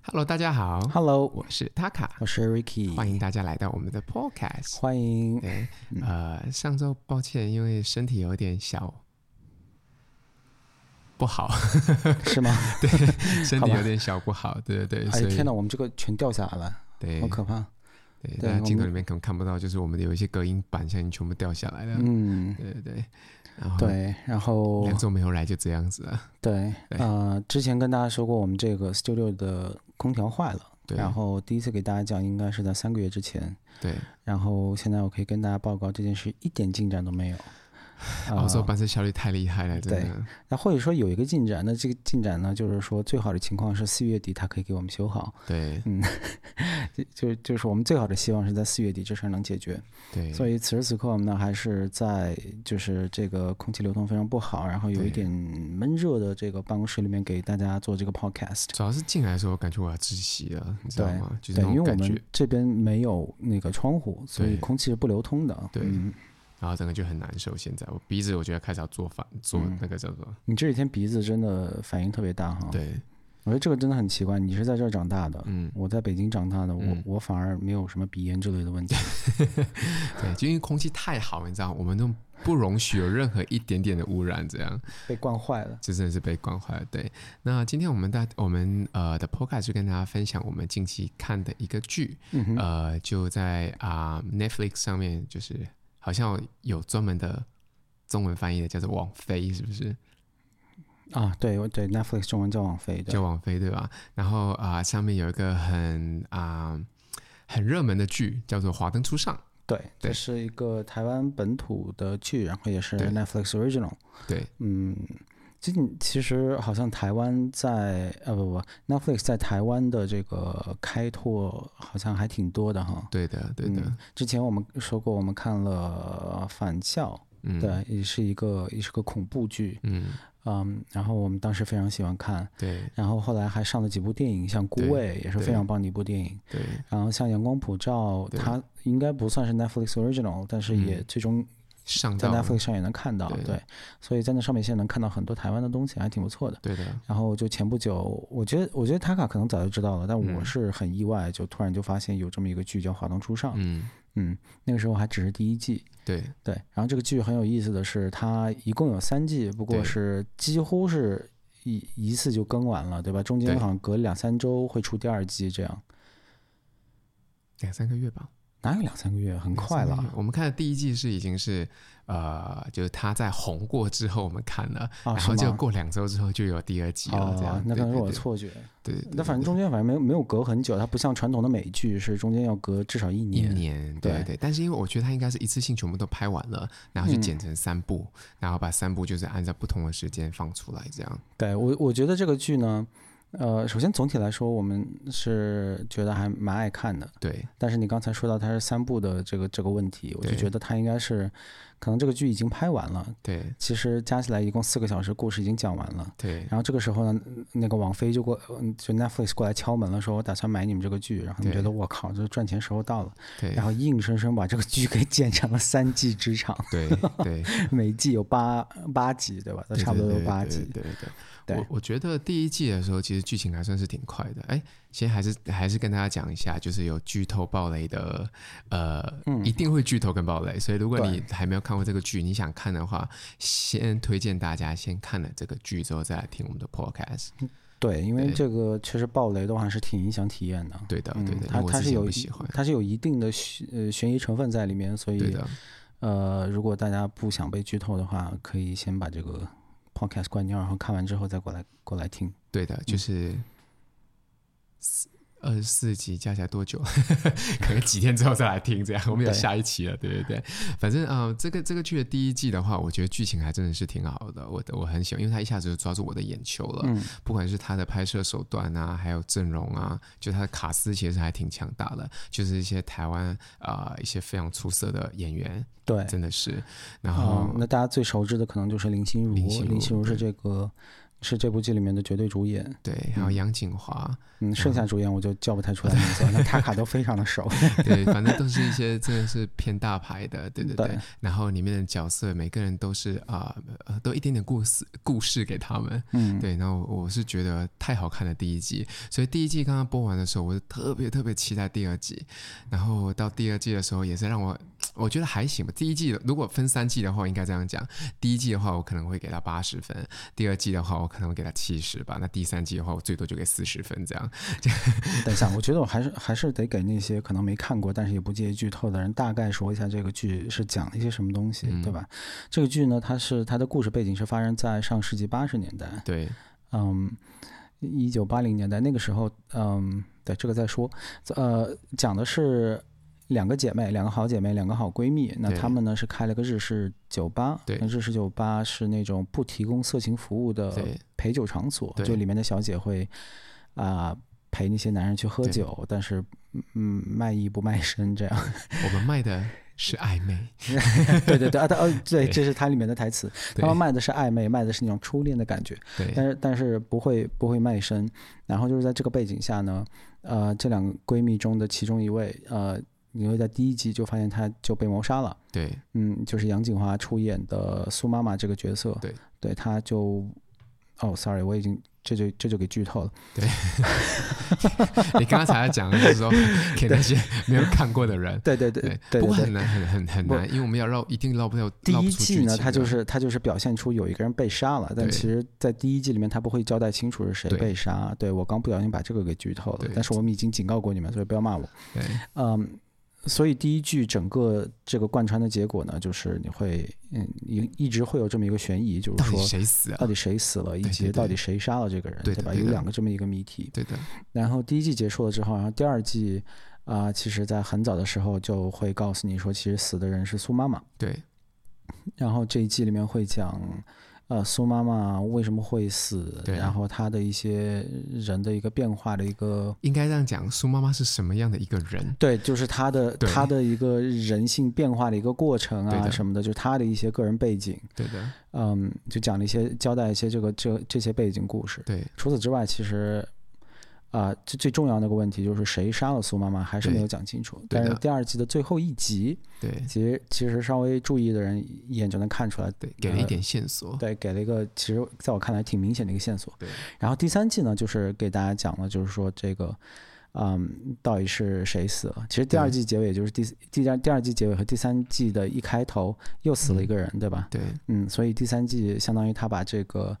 Hello，大家好 Hello，嗯我是 Taka，我是 Ricky，欢迎大家来到我们的 Podcast。欢 迎嗯对，呃，上周抱歉，因为身体有点小不好，是吗？ 身好体吧有点小不好，对对对，哎所以天哪，我们这个全掉下来了，对好可怕。对，对大家我镜头们里面可能看不到，就是我们的有一些隔音板现在已经全部掉下来了，嗯，对对啊对，然后对，然后两周没有来就这样子了，对，对呃，之前跟大家说过，我们这个 studio 的空调坏了，对然后第一次给大家讲应该是在三个月之前，对，然后现在我可以跟大家报告这件事一点进展 都没有。澳洲呃哦办事效率太厉害了，真对的，那呃或者说有一个进展，那这个进展呢，就是说最好的情况是四月底它可以给我们修好，对就就就是我们最好的希望是在四月底这事儿能解决。对，所以此时此刻我们呢还是在就是这个空气流通非常不好，然后有对一点闷热的这个办公室里面给大家做这个 podcast。主要是进来的时候，我感觉我要窒息了，你知道对吗？就是对，那因种为我感们觉，这边没有那个窗户，所以对空气是不流通的。对嗯，然后整个就很难受。现在我鼻子，我觉得开始要做反做嗯那个叫做、你这几天鼻子真的反应特别大哈。，对，我觉得这个真的很奇怪。你是在这儿长大的，嗯，我在北京长大的，我嗯我反而没有什么鼻炎之类的 问题。对，就因为空气太好，你知道，我们都不容许有任何一点点的污染，这样被惯坏 了。这真的是被关怀了。对，那今天我们大我们呃的 podcast 就跟大家分享我们近期看的一个剧，嗯哼，呃，就在啊、Netflix 上面，就是好像有专门的中文翻译的，叫做网飞，是不是？啊，对，我对 Netflix 中文叫网飞的叫。网飞对吧？然后啊、上面有一个很啊、很热门的剧叫做《华灯初上》，对，对这是一个台湾本土的剧，然后也是对 Netflix original。对嗯，最近其实好像台湾在呃不不，Netflix 在台湾的这个开拓好像还挺多的哈。对的对的嗯，之前我们说过，我们看了呃《返校》，嗯，对，也是一个也是个恐怖剧，嗯嗯，然后我们当时非常喜欢看，对然后后来还上了几部电影，像《孤对味》也是非对常棒的一部电影，对然后像《阳光普照》，对它应该不算是 Netflix original，但是也嗯最终上在到 Netflix 上也能看到，对对，所以在那上面现在能看到很多台湾的东西，还挺不错的。对的然后就前不久，我觉得我觉得塔卡可能早就知道了，但我嗯是很意外，就突然就发现有这么一个剧叫《华灯初上》。嗯嗯，那个时候还只是第一季。对对，然后这个剧很有意思的是，它一共有三季，不过对是几乎是一一次就更完了，对吧？中间对好像隔两三周会出第二季，这样两三个月吧，哪有两三个月？两很快三个月了。啊我们看的第一季是已经是呃，就是他在红过之后我们看了，啊，然是后就吗？过两周之后就有第二季了，这哦样，那可对能是我的对错觉。对对，那反正对中间反正没有没有隔很久，它不像传统的美剧是中间要隔至少一一年。年，对对对对。但是因为我觉得它应该是一次性全部都拍完了，然后就嗯剪成三部，然后把三部就是按照不同的时间放出来，这样。对我我觉得这个剧呢，呃，首先总体来说我们是觉得还蛮爱看的，对但是你刚才说到它是三部的这个这个问题，我就对觉得它应该是，可能这个剧已经拍完了，对其实加起来一共四个小时，故事已经讲完了。对然后这个时候呢，那个网飞就过，嗯就 Netflix 过来敲门了，说我打算买你们这个剧。然后你对觉得我靠，这赚钱时候到了，对然后硬生生把这个剧给剪成了三季之长。 对对，每一季有八八集，对吧？它差不多有对八对集。对对对对我我觉得第一季的时候，其实剧情还算是挺快的。哎，先还是还是跟大家讲一下，就是有剧透暴雷的，呃，一定会剧透跟暴雷。所以如果嗯对你还没有看过这个剧，你想看的话，先推荐大家先看了这个剧之后再来听我们的 podcast。对，因为对啊这个确实暴雷的话是挺影响体验的。对的，嗯对的，因为它我它之是前有不一喜欢。它是有一定的悬呃悬疑成分在里面，所对以的，呃，如果大家不想被剧透的话，可以先把这个 podcast 关掉，然后看完之后再过来过来听。对的，嗯就是四二十四集加起来多久？ 可能几天之后再来听，这样我们有对下一期了，对对对。反正啊、呃这个这个剧的第一季的话，我觉得剧情还真的是挺好的，我我很喜欢，因为它一下子就抓住我的眼球了。嗯不管是它的拍摄手段啊，还有阵容啊，就它的卡司其实还挺强大的，就是一些台湾啊、呃一些非常出色的演员，对。真的是。然嗯后、那大家最熟知的可能就是林心如，林心如林心如是这个是这部剧里面的绝对主演。对，还有杨锦华，嗯，剩下主演我就叫不太出来名字了，那塔卡都非常的熟。对，反正都是一些真的是偏大牌的， 对对对。对然后里面的角色每个人都是啊、呃，都一点点故事故事给他们。嗯，对，然后我是觉得太好看了第一季，所以第一季刚刚播完的时候，我就特别特别期待第二季。然后到第二季的时候，也是让我 我觉得还行吧。第一季如果分三季的话，应该这样讲：第一季的话，我可能会给他八十分；第二季的话，我可能会给他七十吧；那第三季的话，我最多就给四十分这样。等一下，我觉得我还是还是得给那些可能没看过，但是也不介意剧透的人，大概说一下这个剧是讲了一些什么东西，嗯对吧？这个剧呢，它是它的故事背景是发生在上世纪八十年代，对，嗯，一九八零年代那个时候，嗯，对，这个再说，呃，讲的是两个姐妹，两个好姐妹，两个好闺蜜。那对她们呢是开了个日式酒吧，对那日式酒吧是那种不提供色情服务的对陪酒场所，对就里面的小姐会啊、陪那些男人去喝对酒，但是嗯卖艺不卖身这样。 我们卖的是暧昧，对对对啊，她哦对，对这是它里面的台词，对他们卖的是暧昧，卖的是那种初恋的感觉。但对是但是不会不会卖身。然后就是在这个背景下呢，呃，这两个闺蜜中的其中一位，呃，你会在第一集就发现她就被谋杀了。对嗯，就是杨锦华出演的苏妈妈这个角色，对，对，她就，哦，sorry，我已经这就这就给剧透了。你刚才讲的就是 说给那些没有看过的人。对对对对，对不过对很。难，很很很不难，因为我们要绕，一定绕不掉。第绕不一出季剧呢，情它的就是它就是表现出有一个人被杀了，但对其实，在第一季里面，他不会交代清楚是谁对被杀。对我刚不小心把这个给剧透了对，但是我们已经警告过你们，所以不要骂我。对嗯，所以第一句整个这个贯穿的结果呢，就是你会嗯，一一直会有这么一个悬疑，就到是底说呃谁死到啊？底谁死了，以对对及对到底谁杀了这个人，对的吧？对的有两个这么一个谜题。对的，然后第一季结束了之后，然后第二季啊、其实在很早的时候就会告诉你说，其实死的人是苏妈妈。对然后这一季里面会讲。呃，苏妈妈为什么会死？对然后她的一些人的一个变化的一个应该这样讲，苏妈妈是什么样的一个人？对，就是他的对他的一个人性变化的一个过程对啊的什么的，就是他的一些个人背景，对的，嗯，就讲了一些交代一些这个这这些背景故事。对除此之外，其实啊、最最重要的一个问题就是谁杀了苏妈妈，还是对没有讲清楚。对但的是第二季的最后一集，对其实其实稍微注意的人一眼就能看出来，对，给了一点线索。呃对，给了一个其实在我看来挺明显的一个线索。对然后第三季呢，就是给大家讲了，就是说这个，嗯，到底是谁死了？其实第二对季结尾就是第第二第二季结尾和第三季的一开头又死了一个人，对吧？对嗯，所以第三季相当于他把这个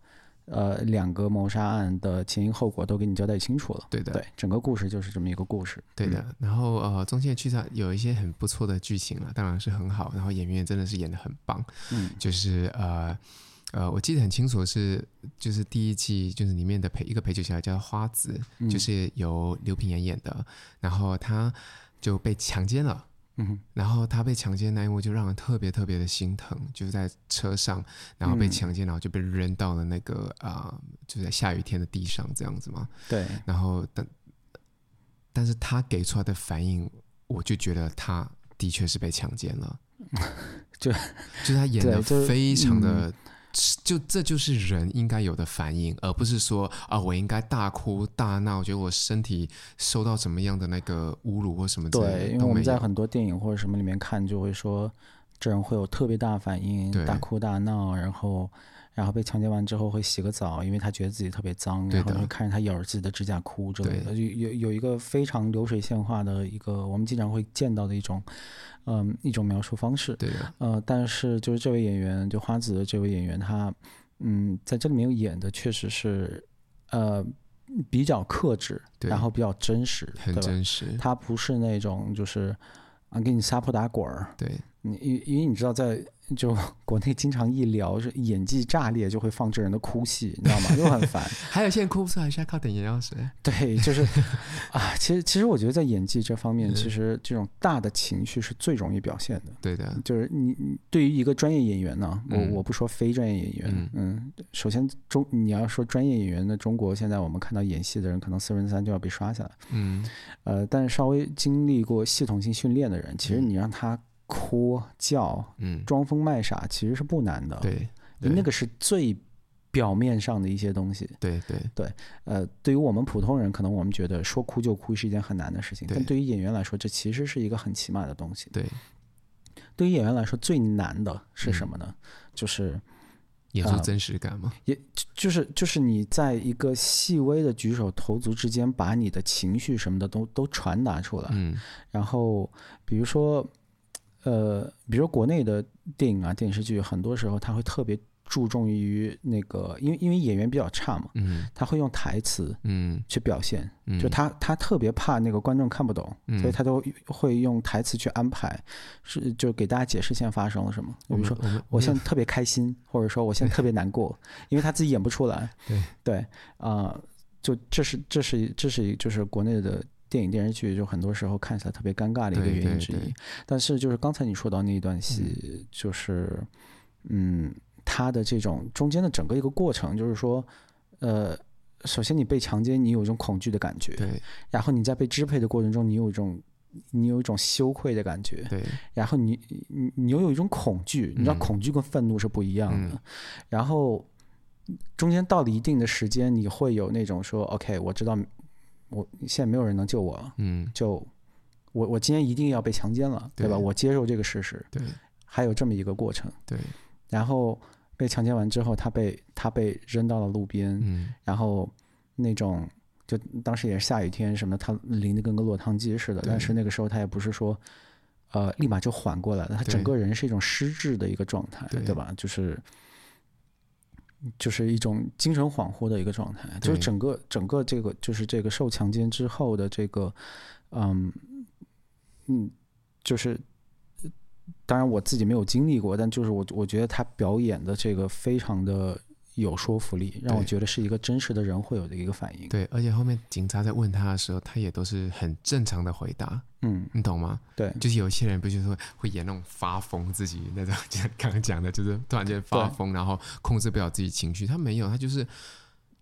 呃两个谋杀案的前因后果都给你交代清楚了。对的，对，整个故事就是这么一个故事。嗯对的。然后呃，中间的剧场有一些很不错的剧情了，当然是很好，然后演员真的是演的很棒。嗯，就是呃呃，我记得很清楚是，就是第一季就是里面的陪一个陪酒小姐叫花子，嗯就是由刘品言演的，然后她就被强奸了。嗯哼然后她被强奸那一幕就让人特别特别的心疼，就是在车上，然后被嗯强奸，然后就被扔到了那个啊、就是在下雨天的地上这样子嘛。对，然后但但是她给出来的反应，我就觉得她的确是被强奸了， 就 就是她演的对就是嗯非常的。就这就是人应该有的反应，而不是说啊，我应该大哭大闹，结果身体受到什么样的那个侮辱或什么之类的对，因为都我们没有在很多电影或者什么里面看，就会说这人会有特别大反应，对大哭大闹，然后然后被强奸完之后会洗个澡，因为他觉得自己特别脏，对然后的就看着他咬着自己的指甲哭之类对的，就有有一个非常流水线化的一个我们经常会见到的一种，嗯，一种描述方式。对的，呃，但是就是这位演员，就花子的这位演员，他嗯，在这里面演的确实是呃比较克制，对然后比较真实，很对吧？真实，他不是那种就是啊给你撒泼打滚儿，对你因因为你知道在就国内经常一聊是演技炸裂就会放这人的哭戏，你知道吗？就很烦。还有现在哭不出来，现在靠点眼药水。对，就是啊，其实其实我觉得在演技这方面，其实这种大的情绪是最容易表现的。对的，就是你你对于一个专业演员呢，我、嗯我不说非专业演员，嗯首先中你要说专业演员那中国现在我们看到演戏的人，可能四分之三就要被刷下来。嗯，呃，但是稍微经历过系统性训练的人，其实你让他哭叫、嗯，装疯卖傻，其实是不难的。对，那个是最表面上的一些东西。对对呃，对于我们普通人，可能我们觉得说哭就哭是一件很难的事情，对但对于演员来说，这其实是一个很起码的东西。对，对于演员来说，最难的是什么呢？嗯就是演啊出真实感嘛，就是就是你在一个细微的举手投足之间，把你的情绪什么的都都传达出来。嗯然后比如说，呃，比如说国内的电影啊、电视剧，很多时候他会特别注重于那个，因为因为演员比较差嘛，嗯他会用台词嗯去表现，嗯，就他他特别怕那个观众看不懂，嗯，所以他都会用台词去安排，是就给大家解释现在发生了什么。比我如们说。我们嗯我现在特别开心， 或者说我现在特别难 过，因为他自己演不出来。对对啊、就这是这是这是就是国内的电影电视剧，就很多时候看起来特别尴尬的一个对原因对之一对。但是就是刚才你说到那一段戏，就是嗯，他的这种中间的整个一个过程，就是说呃。首先，你被强奸，你有一种恐惧的感觉；对然后你在被支配的过程中，你有一种，你有一种羞愧的感觉；对然后你你你又有一种恐惧，你知道嗯恐惧跟愤怒是不一样的。嗯然后中间到了一定的时间，你会有那种说，OK，我知道我现在没有人能救我了，嗯就我我今天一定要被强奸了，对吧？对我接受这个事实，对还有这么一个过程。对然后被强奸完之后，他被他被扔到了路边，嗯然后那种就当时也是下雨天什么的，他淋得跟个落汤鸡似的。对但是那个时候他也不是说，呃，立马就缓过来了，他对整个人是一种失智的一个状态，对对吧？就是就是一种精神恍惚的一个状态，就是对整个整个这个就是这个受强奸之后的这个，嗯嗯，就是。当然，我自己没有经历过，但就是我我觉得他表演的这个非常的有说服力，让我对觉得是一个真实的人会有的一个反应。对，而且后面警察在问他的时候，他也都是很正常的回答，嗯，你懂吗？对就是有一些人不就是会会演那种发疯自己那种，就像刚刚讲的，就是突然间发对疯，然后控制不了自己情绪。他没有，他就是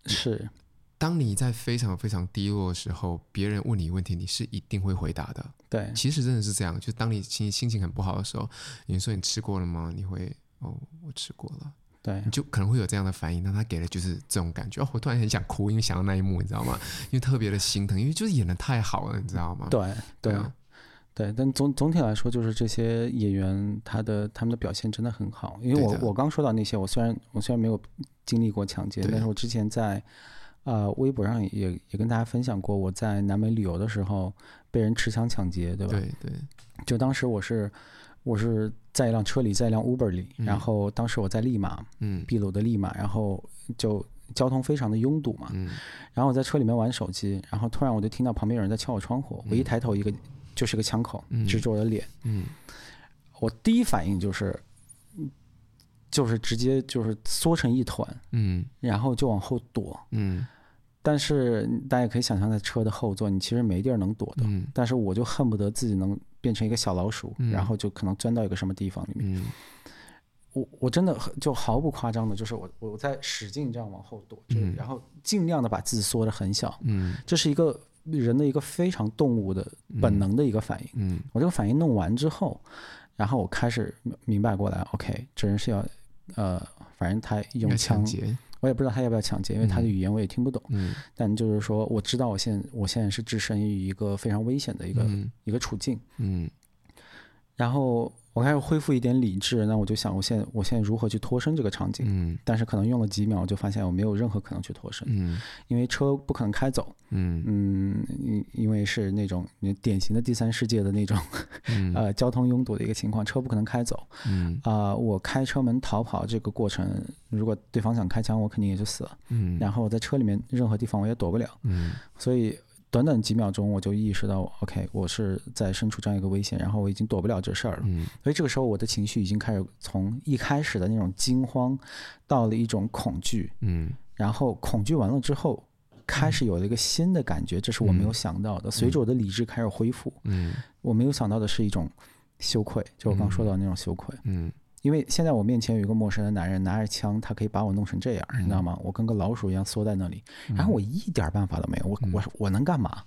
是，当你在非常非常低落的时候，别人问你问题，你是一定会回答的。对，其实真的是这样，就当你心心情很不好的时候，你说你吃过了吗？你会哦，我吃过了，对你，就可能会有这样的反应。那他给的就是这种感觉。哦，我突然很想哭，因为想到那一幕，你知道吗？因为特别的心疼，因为就是演的太好了，你知道吗？对，对对，啊，对。但总总体来说，就是这些演员他的他们的表现真的很好。因为对我的我刚说到那些，我虽然我虽然没有经历过强奸，对但是我之前在呃微博上也也也跟大家分享过，我在南美旅游的时候被人持枪抢劫，对吧？啊对对就当时我是我是在一辆车里，在一辆 Uber 里，嗯然后当时我在利马，嗯秘鲁的利马，然后就交通非常的拥堵嘛，嗯然后我在车里面玩手机，然后突然我就听到旁边有人在敲我窗户，我一抬头，一个就是个枪口嗯直着我的脸，嗯，我第一反应就是，就是直接就是缩成一团，嗯然后就往后躲。嗯但是大家也可以想象，在车的后座，你其实没地儿能躲的。嗯但是我就恨不得自己能变成一个小老鼠，嗯然后就可能钻到一个什么地方里面。嗯我我真的很就毫不夸张的，就是我我在使劲这样往后躲，就是嗯然后尽量的把自己缩得很小。嗯这是一个人的一个非常动物的本能的一个反应。嗯我这个反应弄完之后，然后我开始明明白过来，OK，这人是要，呃，反正他应用该抢枪，劫，我也不知道他要不要抢劫，因为他的语言我也听不懂。嗯但就是说，我知道我现我现在是置身于一个非常危险的一个、嗯一个处境。嗯然后我开始恢复一点理智，那我就想，我现在我现在如何去脱身这个场景？嗯但是可能用了几秒，我就发现我没有任何可能去脱身，嗯因为车不可能开走。嗯嗯，因因为是那种典型的第三世界的那种、嗯 呃交通拥堵的一个情况，车不可能开走嗯啊、我开车门逃跑这个过程，如果对方想开枪，我肯定也就死了。嗯，然后我在车里面任何地方我也躲不了，嗯所以短短几秒钟我就意识到，OK，我是在身处这样一个危险，然后我已经躲不了这事儿了。嗯所以这个时候我的情绪已经开始从一开始的那种惊慌，到了一种恐惧，嗯然后恐惧完了之后，开始有了一个新的感觉，这是我没有想到的。随着我的理智开始恢复，嗯我没有想到的是一种羞愧，就我刚说到的那种羞愧。嗯因为现在我面前有一个陌生的男人拿着枪，他可以把我弄成这样，你知道吗？我跟个老鼠一样缩在那里，然后我一点办法都没有，我我我能干嘛？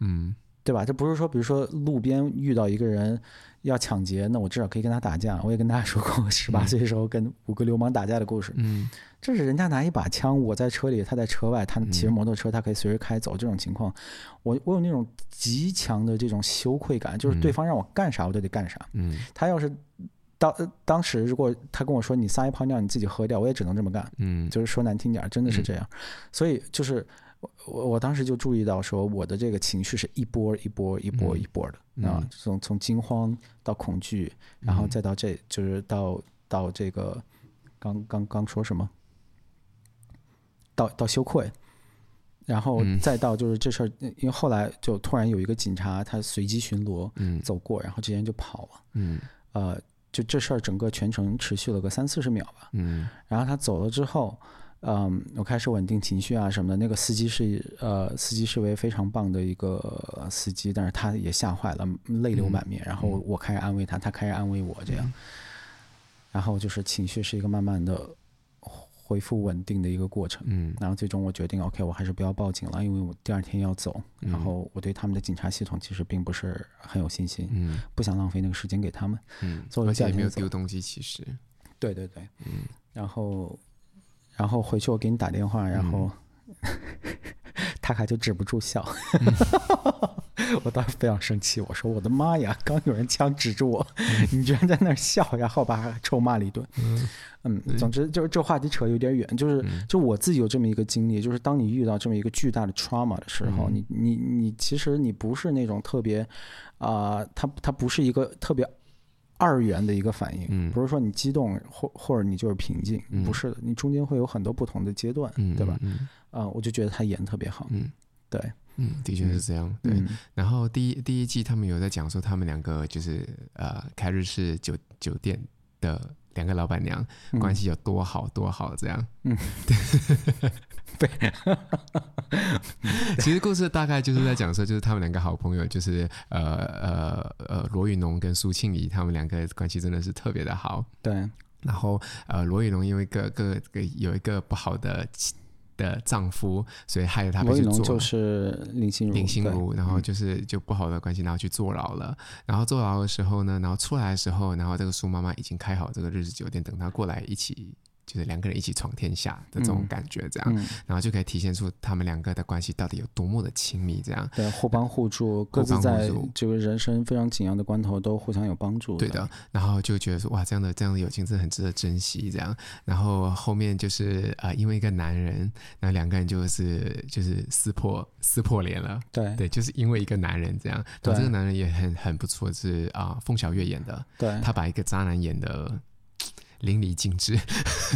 嗯对吧？这不是说，比如说路边遇到一个人要抢劫，那我至少可以跟他打架。我也跟大家说过，十八岁的时候跟五个流氓打架的故事。嗯，这是人家拿一把枪，我在车里，他在车外，他骑着摩托车，他可以随时开走这种情况，我我有那种极强的这种羞愧感，就是对方让我干啥我就得干啥。嗯他要是当呃当时如果他跟我说你撒一泡尿你自己喝掉，我也只能这么干，嗯就是说难听点儿，真的是这样。所以就是我我我当时就注意到说我的这个情绪是一波一波一嗯波一波的啊，从从惊慌到恐惧，然嗯后再到这就是到到这个刚刚刚说什么，到到羞愧。然后嗯再到就是这事儿，因为后来就突然有一个警察，他随机巡逻嗯走过，然后这些人就跑了。嗯呃，就这事儿整个全程持续了个三四十秒吧。嗯然后他走了之后，嗯，我开始稳定情绪啊什么的。那个司机是呃，司机是位非常棒的一个呃司机，但是他也吓坏了，泪流满嗯面。然后我开始安慰他，他开始安慰我，这样。然后就是情绪是一个慢慢的恢复稳定的一个过程。嗯然后最终我决定，OK，我还是不要报警了，因为我第二天要走。嗯然后我对他们的警察系统其实并不是很有信心，嗯不想浪费那个时间给他们。嗯，做了而且价也钱没有走丢东西，其实，对对对，嗯，然后，然后回去我给你打电话，然后、他还就止不住笑，嗯 我当时非常生气，我说我的妈呀，刚有人枪指着我，嗯你居然在那儿笑，然后把他臭骂了一顿，嗯，总之就是这话题扯得有点远，就是、嗯就我自己有这么一个经历，就是当你遇到这么一个巨大的 trauma 的时嗯候，你你你其实你不是那种特别啊、它它不是一个特别二元的一个反应，嗯不是说你激动或或者你就是平静，不是的，你中间会有很多不同的阶段，嗯，对吧？嗯啊、我就觉得他演得特别好，嗯对，嗯，的确是这样，对。嗯，然后第一第一季他们有在讲说，他们两个就是呃开日式酒酒店的两个老板娘嗯关系有多好多好这样。嗯，对。其实故事大概就是在讲说，就是他们两个好朋友，就是呃呃呃罗宇农跟苏庆怡，他们两个关系真的是特别的好。 对，然后呃罗宇农因为个个个有一个不好的妻的丈夫，所以害得他被罗去宇坐龙就是林心如，林心嗯对如，然后就是就不好的关系，然后去坐牢了。然后坐牢的时候呢，然后出来的时候，然后这个苏妈妈已经开好这个日式酒店，等她过来一起，就是两个人一起闯天下的这种感觉，这样，嗯，然后就可以体现出他们两个的关系到底有多么的亲密，这样。对，互帮 互助，各互自帮互在助这个人生非常紧要的关头都互相有帮助，对的，然后就觉得说哇，这样的这样的友情真的很值得珍惜，这样。然后后面就是呃，因为一个男人，然后两个人就是就是撕破撕破脸了，对对，就是因为一个男人这样。然后对这个男人也很很不错，是啊、凤小岳演的，对，他把一个渣男演的淋漓尽致，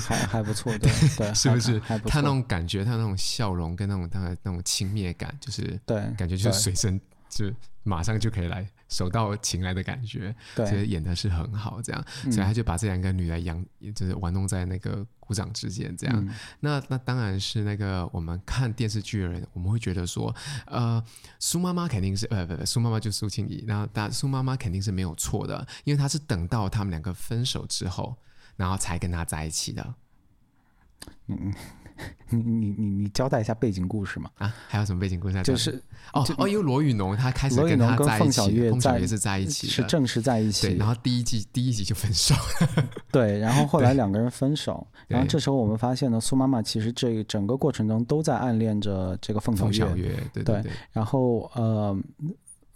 还还 不错，对对，是不是还还不错，他那种感觉，他那种笑容跟那种他的那种轻蔑感，就是对感觉就是对随身就马上就可以来手到擒来的感觉，所对以演的是很好，这样，嗯所以他就把这两个女的养，就是玩弄在那个鼓掌之间，这样。嗯那那当然是那个我们看电视剧的人，我们会觉得说，呃，苏妈妈肯定是呃不不苏妈妈就是苏庆怡，然后但苏妈妈肯定是没有错的，因为她是等到他们两个分手之后，然后才跟他在一起的你你你你交代一下背景故事嘛？啊。还有什么背景故事在这就里？是哦就哦，因为罗宇农他开始罗宇跟农他跟在一凤小起岳的，凤小在岳是在一起是的。正式在一对，起然，后第一季第一集就分 手，对，然后后来两个人分手，对然后这时候我们发现呢，苏妈妈其实这个整个过程中都在暗恋着这个凤凤小小岳，岳，对对对，然后呃，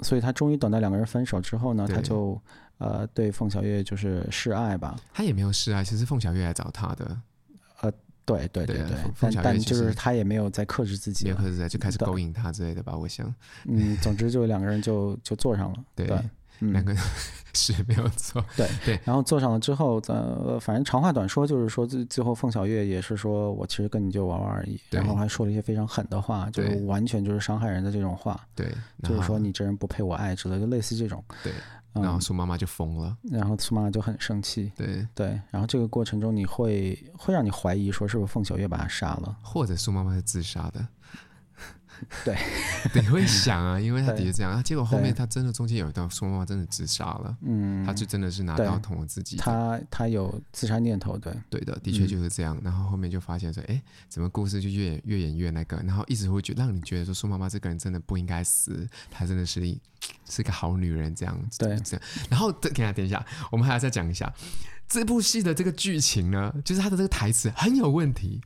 所以她终于等到两个人分手之后呢，对她就呃对凤小岳就是示爱吧，他也没有事啊，其实凤小岳来找他的，对对对对啊凤，但小岳但其就实是她也没有再克制自己杰了，克是在就开始对勾引他之类的吧，我想，嗯，总之就两个人就就坐上了，对对，嗯两。个是没有错，然后坐上了之后，呃，反正长话短说，就是说最最后凤小岳也是说我其实跟你就玩玩而已，对然后还说了一些非常狠的话，就是对完全就是伤害人的这种话， 对，然 就后是说你这人不配我爱之类的，类似这种。对，嗯、然后苏妈妈就疯了，然后苏妈妈就很生气，对，对，然后这个过程中你会会让你怀疑说是不是凤小岳把他杀了，或者苏妈妈是自杀的， 对， 你会想啊，因为他的对确这样，啊结果后面对他真的中间有一段说妈妈真的自杀了，嗯，他就真的是拿对刀捅了自己的，他他有自杀念头，对，对的，的确嗯就是这样。然后后面就发现说，哎，怎么故事就越演越演越那个，然后一直会觉让你觉得说，苏妈妈这个人真的不应该死，她真的是一是个好女人这样子。对这样。然后等等一下，等一下，我们还要再讲一下这部戏的这个剧情呢，就是它的这个台词很有问题。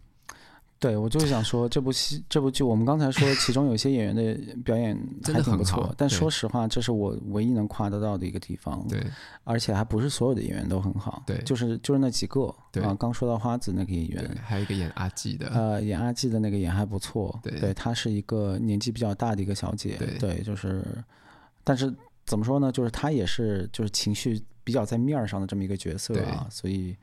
对我就是想说这部戏这部剧，我们刚才说其中有些演 员的表演真的还挺很不好错，但对说实话，这是我唯一能夸得到的一个地方，对而且还不是所有的演员都很好，对就是就是那几个，对啊，刚说到花子那个演对员，，还有一个演阿纪的，呃，演阿纪的那个演还不错，对她是一个年纪比较大的一个小姐，对就是，但是怎么说呢，就是她也是就是情绪比较在面儿上的这么一个角色啊，所以，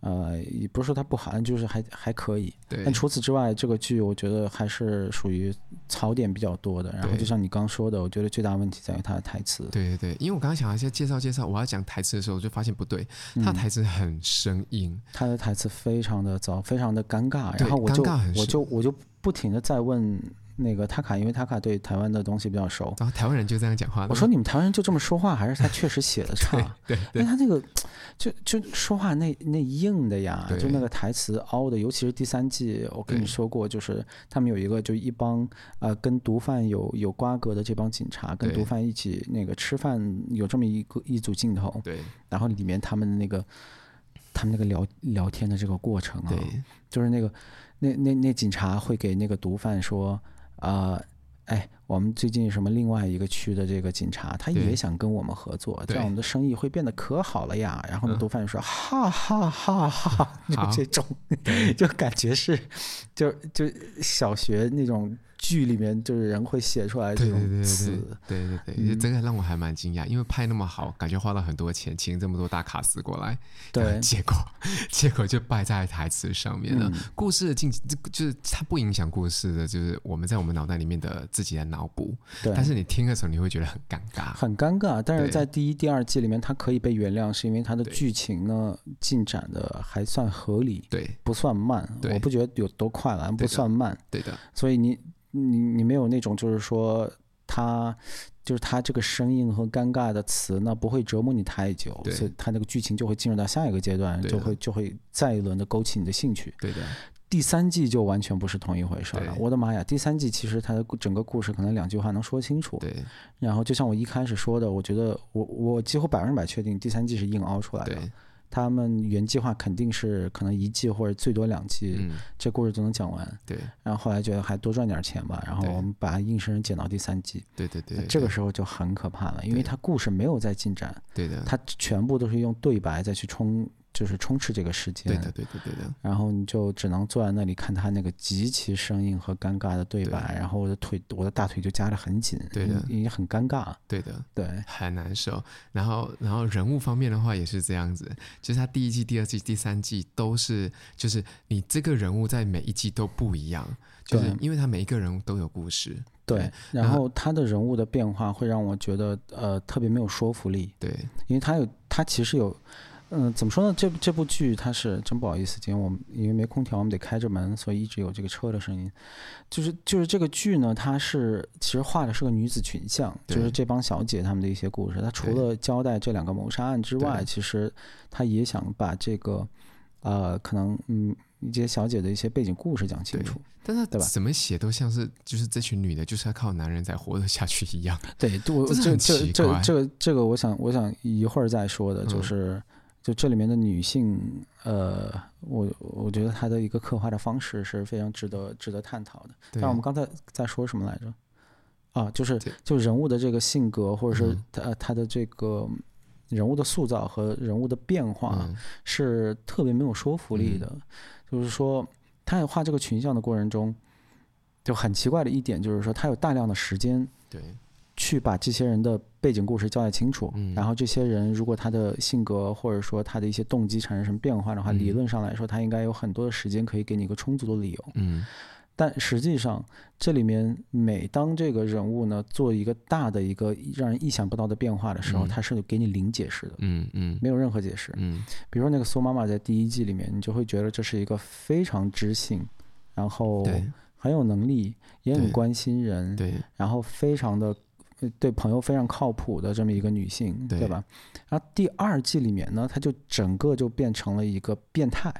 呃，也不是说她不好，但就是还还可以。对但除此之外，这个剧我觉得还是属于槽点比较多的。然后对就像你刚说的，我觉得最大问题在于她的台词，对对对，因为我刚刚想要先介绍介绍，我要讲台词的时候，我就发现不对，他嗯台词很生硬，她的台词非常的糟，非常的尴尬。对然后我就尴尬很我是就我就不停的在问那个塔卡，因为塔卡对台湾的东西比较熟。然后台湾人就这样讲话。我说你们台湾人就这么说话，还是他确 实写的差？对因为他那个就就说话那那硬的呀对，就那个台词凹的，尤其是第三季，我跟对你说过，就是他们有一个就一帮呃跟毒贩有有瓜葛的这帮警察跟对毒贩一起那个吃饭，有这么一个一组镜头，对然后里面他们的那个他们那个聊聊天的这个过程啊，对就是那个那那那警察会给那个毒贩说，呃，哎，我们最近什么另外一个区的这个警察，他对也想跟我们合作，这对样我们的生意会变得可好了呀。然后呢，嗯毒贩说，哈哈哈哈，就好这种， 就感觉是，就就小学那种剧里面就是人会写出来对这对对种词，嗯对对对对，这个让我还蛮惊讶，因为拍那么好，感觉花了很多钱，请这么多大卡司过来，对嗯结果结果就败在台词上面了。故事的进行，这就是它不影响故事的，就是我们在我们脑袋里面的自己的脑补，对但是你听的时候你会觉得很尴尬。很尴尬，但是对在第一、第二季里面，它可以被原谅，是因为它的对剧情呢进展的还算合理。对不算慢，对我不觉得有多快了，的不算慢。对的，所以你你你没有那种就是说他就是他这个生硬和尴尬的词呢，不会折磨你太久，对所以他那个剧情就会进入到下一个阶段，对就的会就会再一轮的勾起你的兴趣。对的，第三季就完全不是同一回事儿了，对我的妈呀！第三季其实它的整个故事可能两句话能说清楚。对然后就像我一开始说的，我觉得我我几乎百分之百确定第三季是硬凹出来的。对，他们原计划肯定是可能一季或者最多两季，嗯，这故事就能讲完。对然后后来觉得还多赚点钱吧，然后对我们把它硬生生剪到第三季，对对对，这个对时候就很可怕了，因对嗯为它故事没有在进展，对的，它全部都是用对白再去充，就是充斥这个时间。对的，对的，对的，然后你就只能坐在那里看他那个极其生硬和尴尬的对白，然后我的腿，我的大腿就夹得很紧，对的也也很尴尬，对的。对。很难受。然后，然后人物方面的话也是这样子，就是他第一季、第二季、第三季都是，就是你这个人物在每一季都不一样，就是对因为他每一个人物都有故事。对对，然然后后他的人物的变化会让我觉得呃特别没有说服力，对因为它有，它其实有，嗯、怎么说呢？这这部剧它是真不好意思，今天我们因为没空调，我们得开着门，所以一直有这个车的声音。就是就是这个剧呢，它是其实画的是个女子群像，对就是这帮小姐她们的一些故事。它除对了交代这两个谋杀案之外，对其实它也想把这个，呃，可能嗯一些小姐的一些背景故事讲清对楚。但是对吧怎么写都像是，就是这群女的，就是要靠男人才活得下去一 样。 对，对我这是这很这奇这怪这个这个，我想我想一会儿再说的，就嗯是、就这里面的女性，呃，我我觉得她的一个刻画的方式是非常值得值得探讨的。对但我们刚才在说什么来着？啊，就是对就人物的这个性格，或者是嗯他、他的这个人物的塑造和人物的变化，嗯，是特别没有说服力嗯的。就是说，他在画这个群像的过程中，就很奇怪的一点就是说，他有大量的时间。对去把这些人的背景故事交代清楚，嗯然后这些人如果他的性格或者说他的一些动机产生什么变化的话，嗯理论上来说，他应该有很多的时间可以给你一个充足的理由。嗯，但实际上，这里面每当这个人物呢做一个大的一个让人意想不到的变化的时候，嗯他是给你零解释的，嗯嗯没有任何解释。嗯，比如说那个苏妈妈在第一季里面，你就会觉得这是一个非常知性，然后对很有能力，也很对关心人，对然后非常的呃对朋友非常靠谱的这么一个女性，对对吧？然后第二季里面呢，她就整个就变成了一个变态，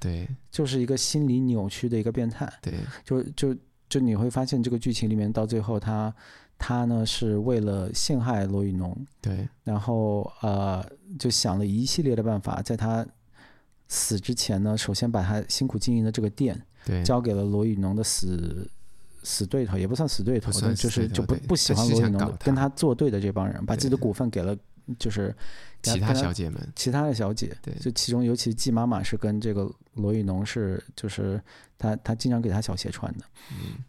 对就是一个心理扭曲的一个变态，对就就就你会发现这个剧情里面到最后她，她呢是为了陷害罗雨农，对然后呃就想了一系列的办法，在她死之前呢，首先把她辛苦经营的这个店对，交给了罗宇农的死死对头，也不算死对头，不算但就死对是头就不对不喜但欢是罗宇想农搞的，他跟他作对的这帮人，把自己的股份给了就是给其他他给他小姐们，其他的小姐，对就其中尤其季妈妈是跟这个罗宇农是就是他他经常给他小鞋穿的，嗯，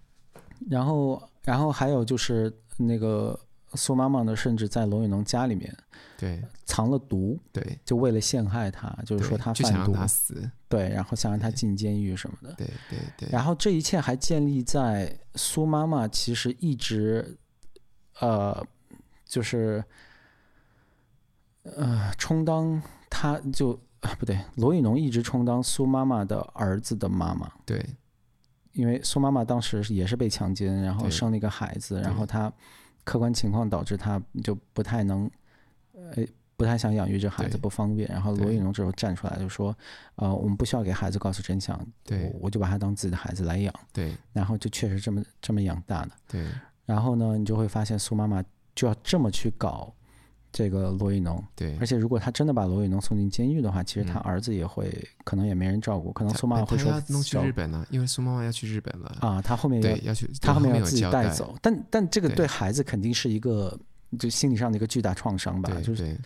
然后然后还有就是那个苏妈妈呢，甚至在罗宇农家里面对藏了毒，对，就为了陷害他，就是对说他就想贩让毒，他死，对，然后想让他进监狱什么的，对对对然后这一切还建立在苏妈妈其实一直，呃，就是，呃，充当她就啊不对，罗宇农一直充当苏妈妈的儿子的妈妈，对因为苏妈妈当时是也是被强奸，然后对生了一个孩子，然对后她客观情况导致她就不太能，呃，不太想养育这孩子，对不方便。然后罗对宇农这时候站出来就说，呃，我们不需要给孩子告诉真相，对我我就把他当自己的孩子来养。对然后就确实这么这么养大的。对然后呢，你就会发现苏妈妈就要这么去搞这个罗宇农，对而，且如果她真的把罗宇农送进监狱的话，其实她嗯儿子也会、可能也没人照顾，可能他苏妈妈哎他会说要弄去找日本了，因为苏妈妈要去日本了，啊，她后面要对，要去，她后面面要有自己交带代，走，但但这个对对孩子肯定是一个就心理上的一个巨大创伤吧，对就是对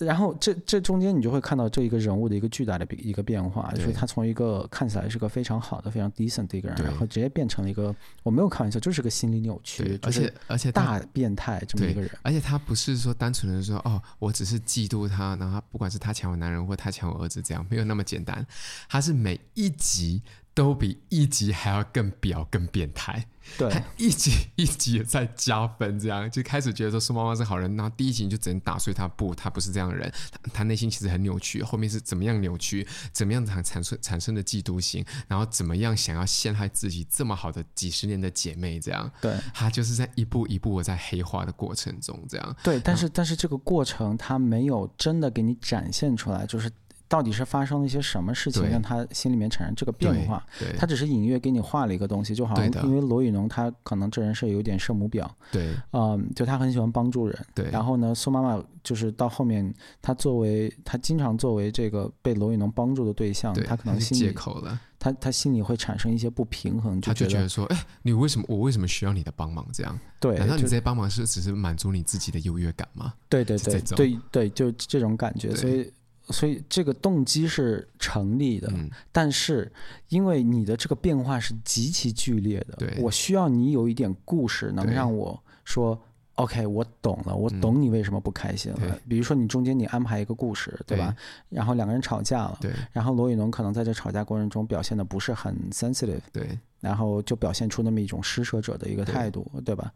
然后这这中间你就会看到这一个人物的一个巨大的变一个变化，就是对他从一个看起来是个非常好的、非常 decent 的一个人，对然后直接变成了一个我没有开玩笑，就是个心理扭曲对，，就而是且而且他大变态这么一个人。而且他不是说单纯的说哦，我只是嫉妒他，然后他不管是他抢我男人或他抢我儿子这样，没有那么简单。他是每一集都比一集还要更表更变态，对他 一集一集也在加分，这样就开始觉得说苏妈妈是好人，然后第一集你就只能打碎他，不，他不是这样的人，他他内心其实很扭曲，后面是怎么样扭曲，怎么样产产生产生的嫉妒心，然后怎么样想要陷害自己这么好的几十年的姐妹这样。对他就是在一步一步的在黑化的过程中，这样 对，但是但是这个过程他没有真的给你展现出来，就是到底是发生了一些什么事情对让他心里面产生这个变化。，对他只是隐约给你画了一个东西，就好像对的因为罗宇农他可能这人是有点圣母婊，对嗯，就他很喜欢帮助人，对然后呢，苏妈妈就是到后面，她作为她经常作为这个被罗宇农帮助的对象，对，她可能是心借里口了，她她心里会产生一些不平衡，他就觉觉得说，哎，你为什么我为什么需要你的帮忙？这样，对，难道你就这些帮忙是只是满足你自己的优越感吗？对对是这对种对对，就这种感觉，对所以所以这个动机是成立的，嗯，但是因为你的这个变化是极其剧烈的对，我需要你有一点故事，能对嗯让我说 OK，我懂了，我懂你为什么不开心了。对比如说你中间你安排一个故事，对吧？然后两个人吵架了，对然后罗宇农可能在这吵架过程中表现的不是很 sensitive，对然后就表现出那么一种施舍者的一个对态度，对吧？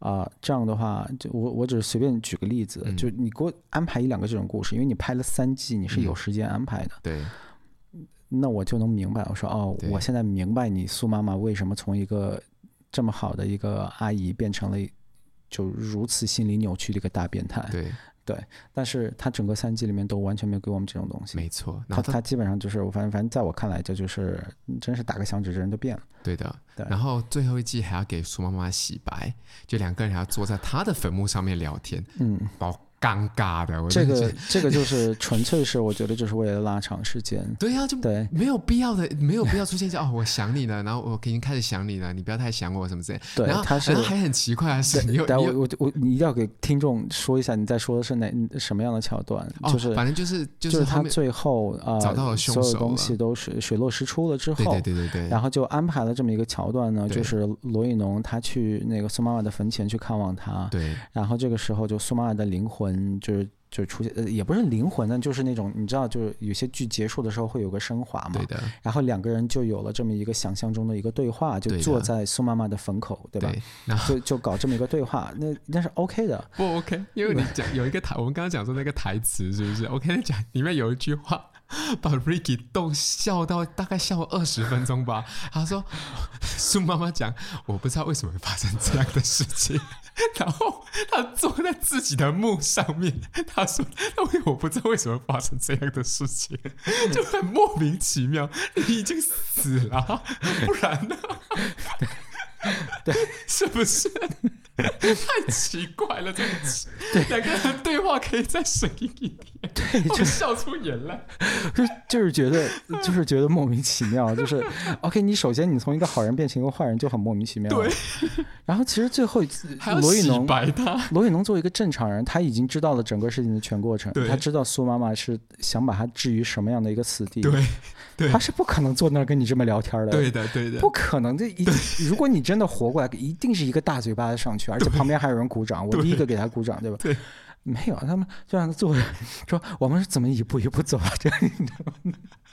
啊、这样的话，就我我只是随便举个例子，嗯就你给我安排一两个这种故事，因为你拍了三季，你是有嗯时间安排的。对那我就能明白，我说哦，对我现在明白你苏妈妈为什么从一个这么好的一个阿姨变成了一就如此心理扭曲的一个大变态。对，但是她整个三季里面都完全没有给我们这种东西。没错。然她后他她基本上就是，我反正反正在我看来，这就是真是打个响指，这人都变了。对的，对然后最后一季还要给苏妈妈洗白，就两个人还要坐在他的坟墓上面聊天，嗯，好尴尬的。我这真的个觉得这个就是纯粹是我觉得就是为了拉长时间。对呀，就对，没有必要的，没有必要出现一些哦，我想你了，然后我已经开始想你了，你不要太想我什么之类的。对然后他是然后还很奇怪的啊是，你又但你我又我我你一定要给听众说一下，你在说的是哪什么样的桥段？哦，就是反正就是就就是是他后面最后啊，呃找到了凶手所有东了西都水水落石出了之后，对对对对对，然后就安排了这么一个桥段呢，就对是罗宇农他去那个苏妈妈的坟前去看望她，对然后这个时候就苏妈妈的灵魂就是就出现，呃，也不是灵魂，但就是那种你知道，就是有些剧结束的时候会有个升华嘛对，的，然后两个人就有了这么一个想象中的一个对话，就对的坐在苏妈妈的坟口，对吧？对，然后就就搞这么一个对话，那那是 OK 的，不 OK，因为你讲有一个台，我们刚刚讲说那个台词是不是 OK？讲里面有一句话，把 Ricky 逗笑到大概笑二十分钟吧。他说：“苏妈妈讲，我不知道为什么会发生这样的事情。”然后他坐在自己的墓上面，他说：“那我我不知道为什么发生这样的事情，就很莫名其妙。你已经死了，不然呢？ 对，是不是？”太奇怪了，这两个人对话可以再神一点，对，我就是笑出眼来。 就是就是觉得就是觉得莫名其妙，就是 OK，你首先你从一个好人变成一个坏人就很莫名其妙，对。 然后其实最后一次还要罗宇洗农白他，罗宇农作为一个正常人，他已经知道了整个事情的全过程对，他知道苏妈妈是想把他置于什么样的一个死地，对对他是不可能坐那儿跟你这么聊天的，对的对的呃不，可能，这一如果你真的活过来，一定是一个大嘴巴子上去，而且旁边还有人鼓掌，我第一个给他鼓掌，对吧？对没有，他们就让他坐着，说我们是怎么一步一步走到啊这里的？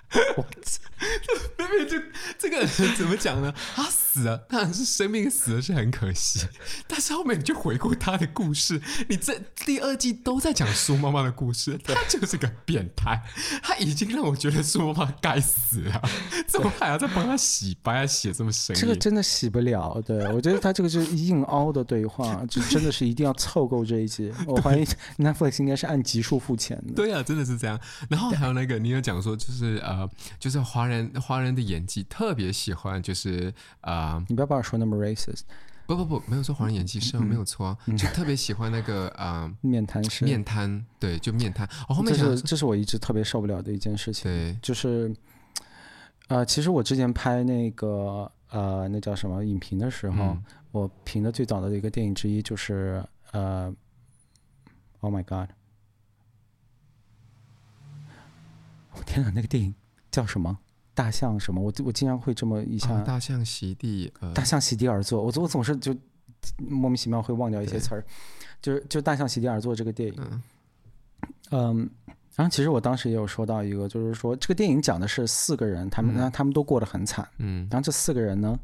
明明就这个人怎么讲呢？他死了，当然是生命死了是很可惜，但是后面你就回顾他的故事，你这第二季都在讲苏妈妈的故事，他就是个变态，他已经让我觉得苏妈妈该死了，怎么还要再帮他洗白，还写这么生这个硬？真的洗不了的。我觉得他这个就是硬凹的对话，就真的是一定要凑够这一集。我怀疑 Netflix 应该是按集数付钱 的。对啊，真的是这样。然后还有那个，你有讲说，就是呃，就是华人华人的演技特别喜欢，就是呃，你不要把我说那么 racist，不不不，没有说华人演技是、没有错啊，嗯就特别喜欢那个 啊、面瘫呃、是，面瘫，对，就面瘫。我、后面这想是说，这是我一直特别受不了的一件事情。对就是，呃，其实我之前拍那个呃，那叫什么影评的时候，嗯我评的最早的一个电影之一就是呃，Oh my God，我天哪，那个电影叫什么？大象什么？我我经常会这么一下，啊大象席地呃，大象席地而坐，我我总是就莫名其妙会忘掉一些对词儿，就是就大象席地而坐这个电影，嗯嗯，然后其实我当时也有说到一个，就是说这个电影讲的是四个人，他们嗯然后他们都过得很惨。嗯然后这四个人呢，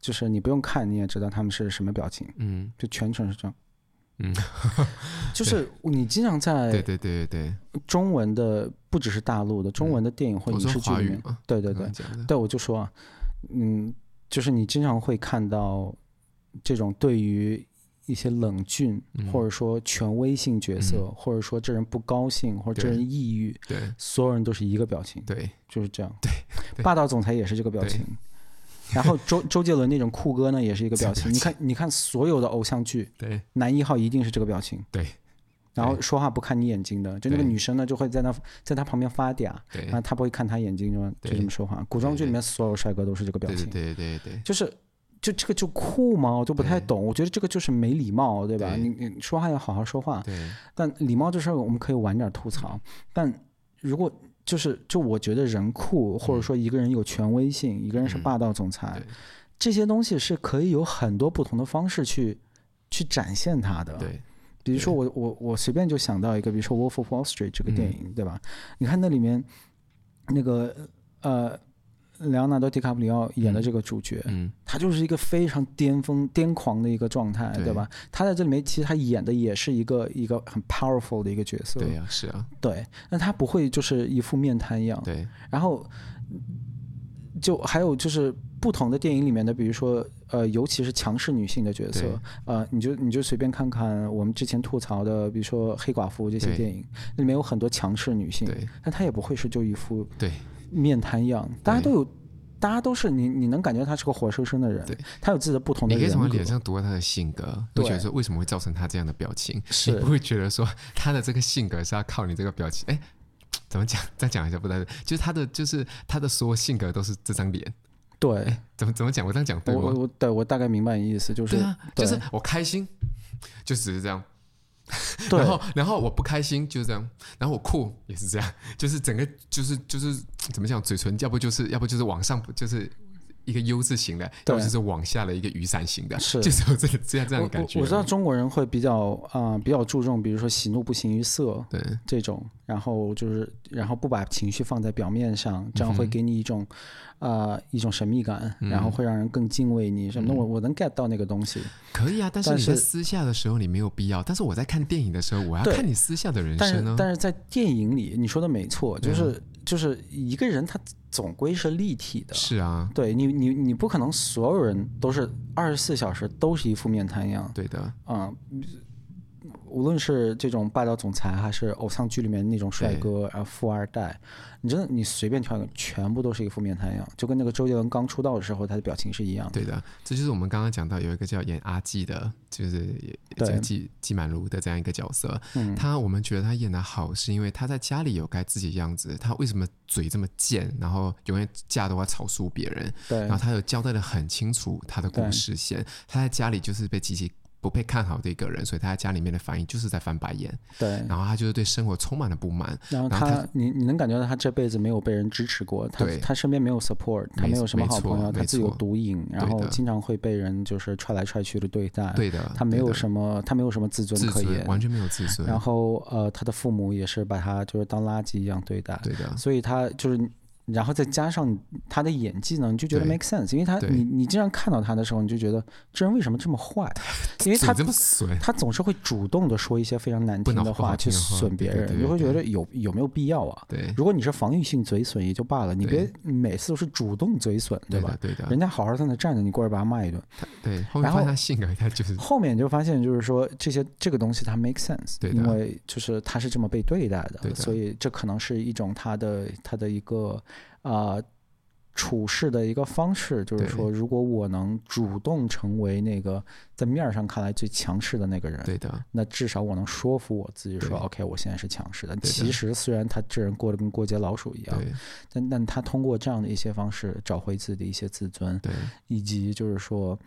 就是你不用看你也知道他们是什么表情，嗯就全程是这样。嗯，就是你经常对在对对对对，中文的，不只是大陆的，中文的电影或我影说视剧华里语面，嘛，对对刚对刚，讲的，对我就说啊，嗯，就是你经常会看到这种对于一些冷峻嗯或者说权威性角色，或者说这人不高兴或者这对人抑郁，对所有人都是一个表情。对就是这样。对霸道总裁也是这个表情。然后周周杰伦那种酷哥呢，也是一个表这个表情情。你看，你看所有的偶像剧，对男一号一定是这个表情。对。然后说话不看你眼睛的，就那个女生呢，就会在那在他旁边发嗲，对然后他不会看他眼睛，就对就这么说话。古装剧里面所有帅哥都是这个表对情，对对对对，就是就这个就酷吗？我就不太对懂。我觉得这个就是没礼貌，对吧？对你你说话要好好说话，对嗯但礼貌这事儿我们可以晚点吐槽，但如果就是就我觉得人酷，或者说一个人有权威性，一个人是嗯霸道总裁对，这些东西是可以有很多不同的方式去去展现它的。对比如说我我我随便就想到一个，比如说《Wolf of Wall Street》这个电嗯影，对吧？你看那里面那个呃，莱昂纳多·迪卡普里奥演的这个主角，嗯他就是一个非常巅峰、癫狂的一个状态，对对吧？他在这里面其实他演的也是一个一个很 powerful 的一个角色，对啊是啊对但他不会就是一副面瘫样。对然后嗯就还有就是不同的电影里面的，比如说呃，尤其是强势女性的角色对，呃，你就你就随便看看我们之前吐槽的，比如说《黑寡妇》这些对电影，那里面有很多强势女性，对但她也不会是就一副对面瘫样，大家都有，大家都是你，你能感觉他是个活生生的人对，他有自己的不同的你可以人从他格，脸上读到他的性格，会对觉得说为什么会造成他这样的表情，是你不会觉得说他的这个性格是要靠你这个表情，哎。怎么讲？再讲一下不太对，就是他的，就是他的所有性格都是这张脸。对怎么怎么讲？我这样讲哎对我吗我？我对我大概明白你意思，就是对啊，对就是我开心， 就只是这样。对然后，然后我不开心就是这样，然后我酷也是这样，就是整个就是就是怎么讲，嘴唇要不就是要不就是往上，就是一个 U 字形的，要对不就是往下的一个雨伞形的，是就是有这这样这样的我感觉我我知道中国人会比较啊、比较注重，比如说喜怒不形于色对这种，然后就是然后不把情绪放在表面嗯上，这样会给你一种啊、一种神秘感，嗯然后会让人更敬畏你什么的。我我能 get 到那个东西，可以啊，但是但你是在私下的时候你没有必要，但是我在看电影的时候，我要对看你私下的人但生啊是呢。嗯但是在电影里，你说的没错，就是就是一个人他总归是立体的，是啊，对你你你不可能所有人都是二十四小时都是一副面瘫样对的，啊、无论是这种霸道总裁，还是偶像剧里面那种帅哥，然后富二代，你真的你随便挑一个，全部都是一副面瘫样，就跟那个周杰伦刚出道的时候他的表情是一样的。对的，这就是我们刚刚讲到有一个叫演阿纪的，就是对就纪纪满如的这样一个角色。嗯他我们觉得他演的好，是因为他在家里有该自己的样子。他为什么嘴这么贱，然后永远架都要吵输别人？对然后他有交代的很清楚他的故事线。他在家里就是被极其不被看好的一个人，所以他在家里面的反应就是在翻白眼，对，然后他就是对生活充满了不满。然后然后他你你能感觉到他这辈子没有被人支持过，他对他身边没有 support，他没没有什么没好朋错友，他没自己有错毒瘾，然对后的经常会被人就是踹来踹去的对待。对的，哎他没有么什么，他没有什么自尊自可尊，言，完全没有自尊。然后呃，他的父母也是把他就是当垃圾一样对待，对的，所以他就是，然后再加上他的演技呢，你就觉得对 make sense，因为他对你你经常看到他的时候，你就觉得这人为什么这么坏？因为嘴他这么损，他总是会主动的说一些非常难不听能的不好话去听的话损别对对人，对你就会对觉得有有没有必要啊？对，如果你是防御性嘴损也就罢了，你别每次都是主动嘴损，对吧的，？对的人，家好好在那站着，你过来把他骂一顿。对。后面然后发现他性格，他 就是后面就发现，就是说这些这个东西它 make sense，对的因为就是他是这么被对待的，对的所以这可能是一种他的他的一个啊、呃处事的一个方式，就是对说，如果我能主动成为那个在面儿上看来最强势的那个人，对的，那至少我能说服我自己说对，OK，我现在是强势的。对的其实虽然他这人过得跟过街老鼠一样，对但但他通过这样的一些方式找回自己的一些自尊，对以及就是说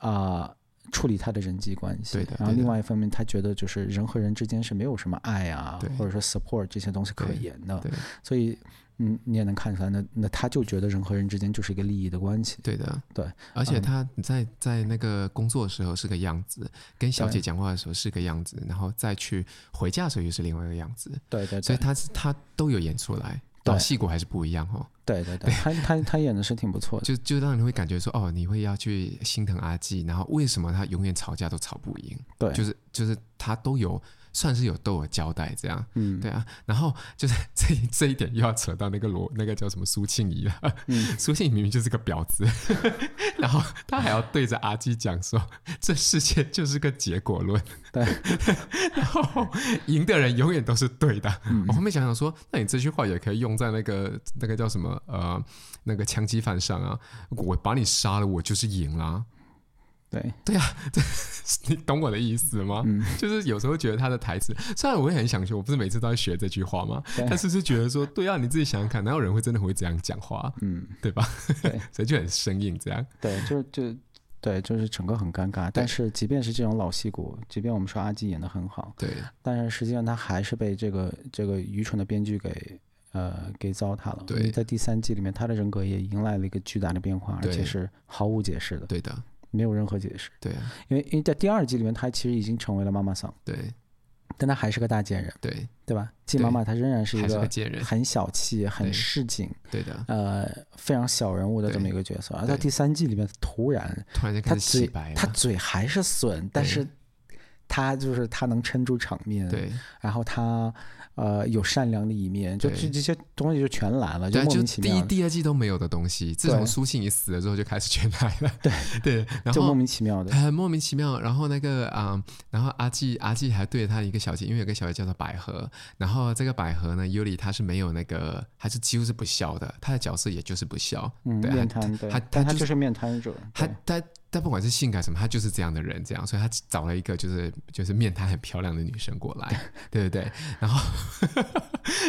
啊、处理他的人际关系。对的然后对的另外一方面，他觉得就是人和人之间是没有什么爱啊对，或者说 support 这些东西可对言的。对所以，嗯，你也能看出来，那那他就觉得人和人之间就是一个利益的关系。对的，对。而且嗯他在在那个工作的时候是个样子，跟小对姐讲话的时候是个样子，然后再去回家的时候又是另外一个样子，对对所以对他是他都有演出来。对到戏骨还是不一样哦，对对对，他他他演的是挺不 错的。就就让人会感觉说，哦，你会要去心疼阿纪，然后为什么他永远吵架都吵不赢？对，就是就是他都有算是有都有交代这样，嗯对啊，然后就是 这一这一点又要扯到那个罗那个叫什么苏庆怡啊了，嗯苏庆怡明明就是个婊子， 然后他还要对着阿基讲说，这世界就是个结果论，对， 然后赢的人永远都是对的。嗯我后面想想说，那你这句话也可以用在那个那个叫什么呃那个枪击犯上啊，我把你杀了，我就是赢啦、 对你懂我的意思吗？嗯就是有时候觉得他的台词，虽然我也很想学，我不是每次都在学这句话吗？对但是就觉得说，对啊，你自己想想看，哪有人会真的会这样讲话，嗯对吧？对 所以就很生硬这样。对，就是就。对，就是整个很尴尬。但是，即便是这种老戏骨，即便我们说阿基演的很好，对但是实际上他还是被这个这个愚蠢的编剧给呃给糟蹋了。因为对在第三季里面，他的人格也迎来了一个巨大的变化，而对且是毫无解释的，对的，没有任何解释。对啊，因为因为在第二季里面，他其实已经成为了妈妈桑，对但他还是个大贱人，对，对吧？季妈对妈她仍然是一还是个个贱人，很小气、很对市井、对的。呃非常小人物的这么一个角色。而到对第三季里面，突然突然间他开始洗嘴白他了，嘴还是损，但对是他就是他能撑住场面，对，然后他呃有善良的一面，就对这这些东西就全来了，就对，啊莫就名其第一妙，第二季都没有的东西，自对从苏庆怡死了之后就开始全来了。对对，然就后莫名其妙的，很莫名其妙。然后那个啊、嗯然后阿纪阿纪还对着他一个小姐，因为有个小姐叫做百合，然后这个百合呢，尤里她是没有那个，她是几乎是不笑的，她的角色也就是不笑，嗯，对面她瘫，对他，但他他就是面瘫者，她对她她不管是性感什么，她就是这样的人，这样，所以她找了一个就是就是面瘫很漂亮的女生过来，对对对，然后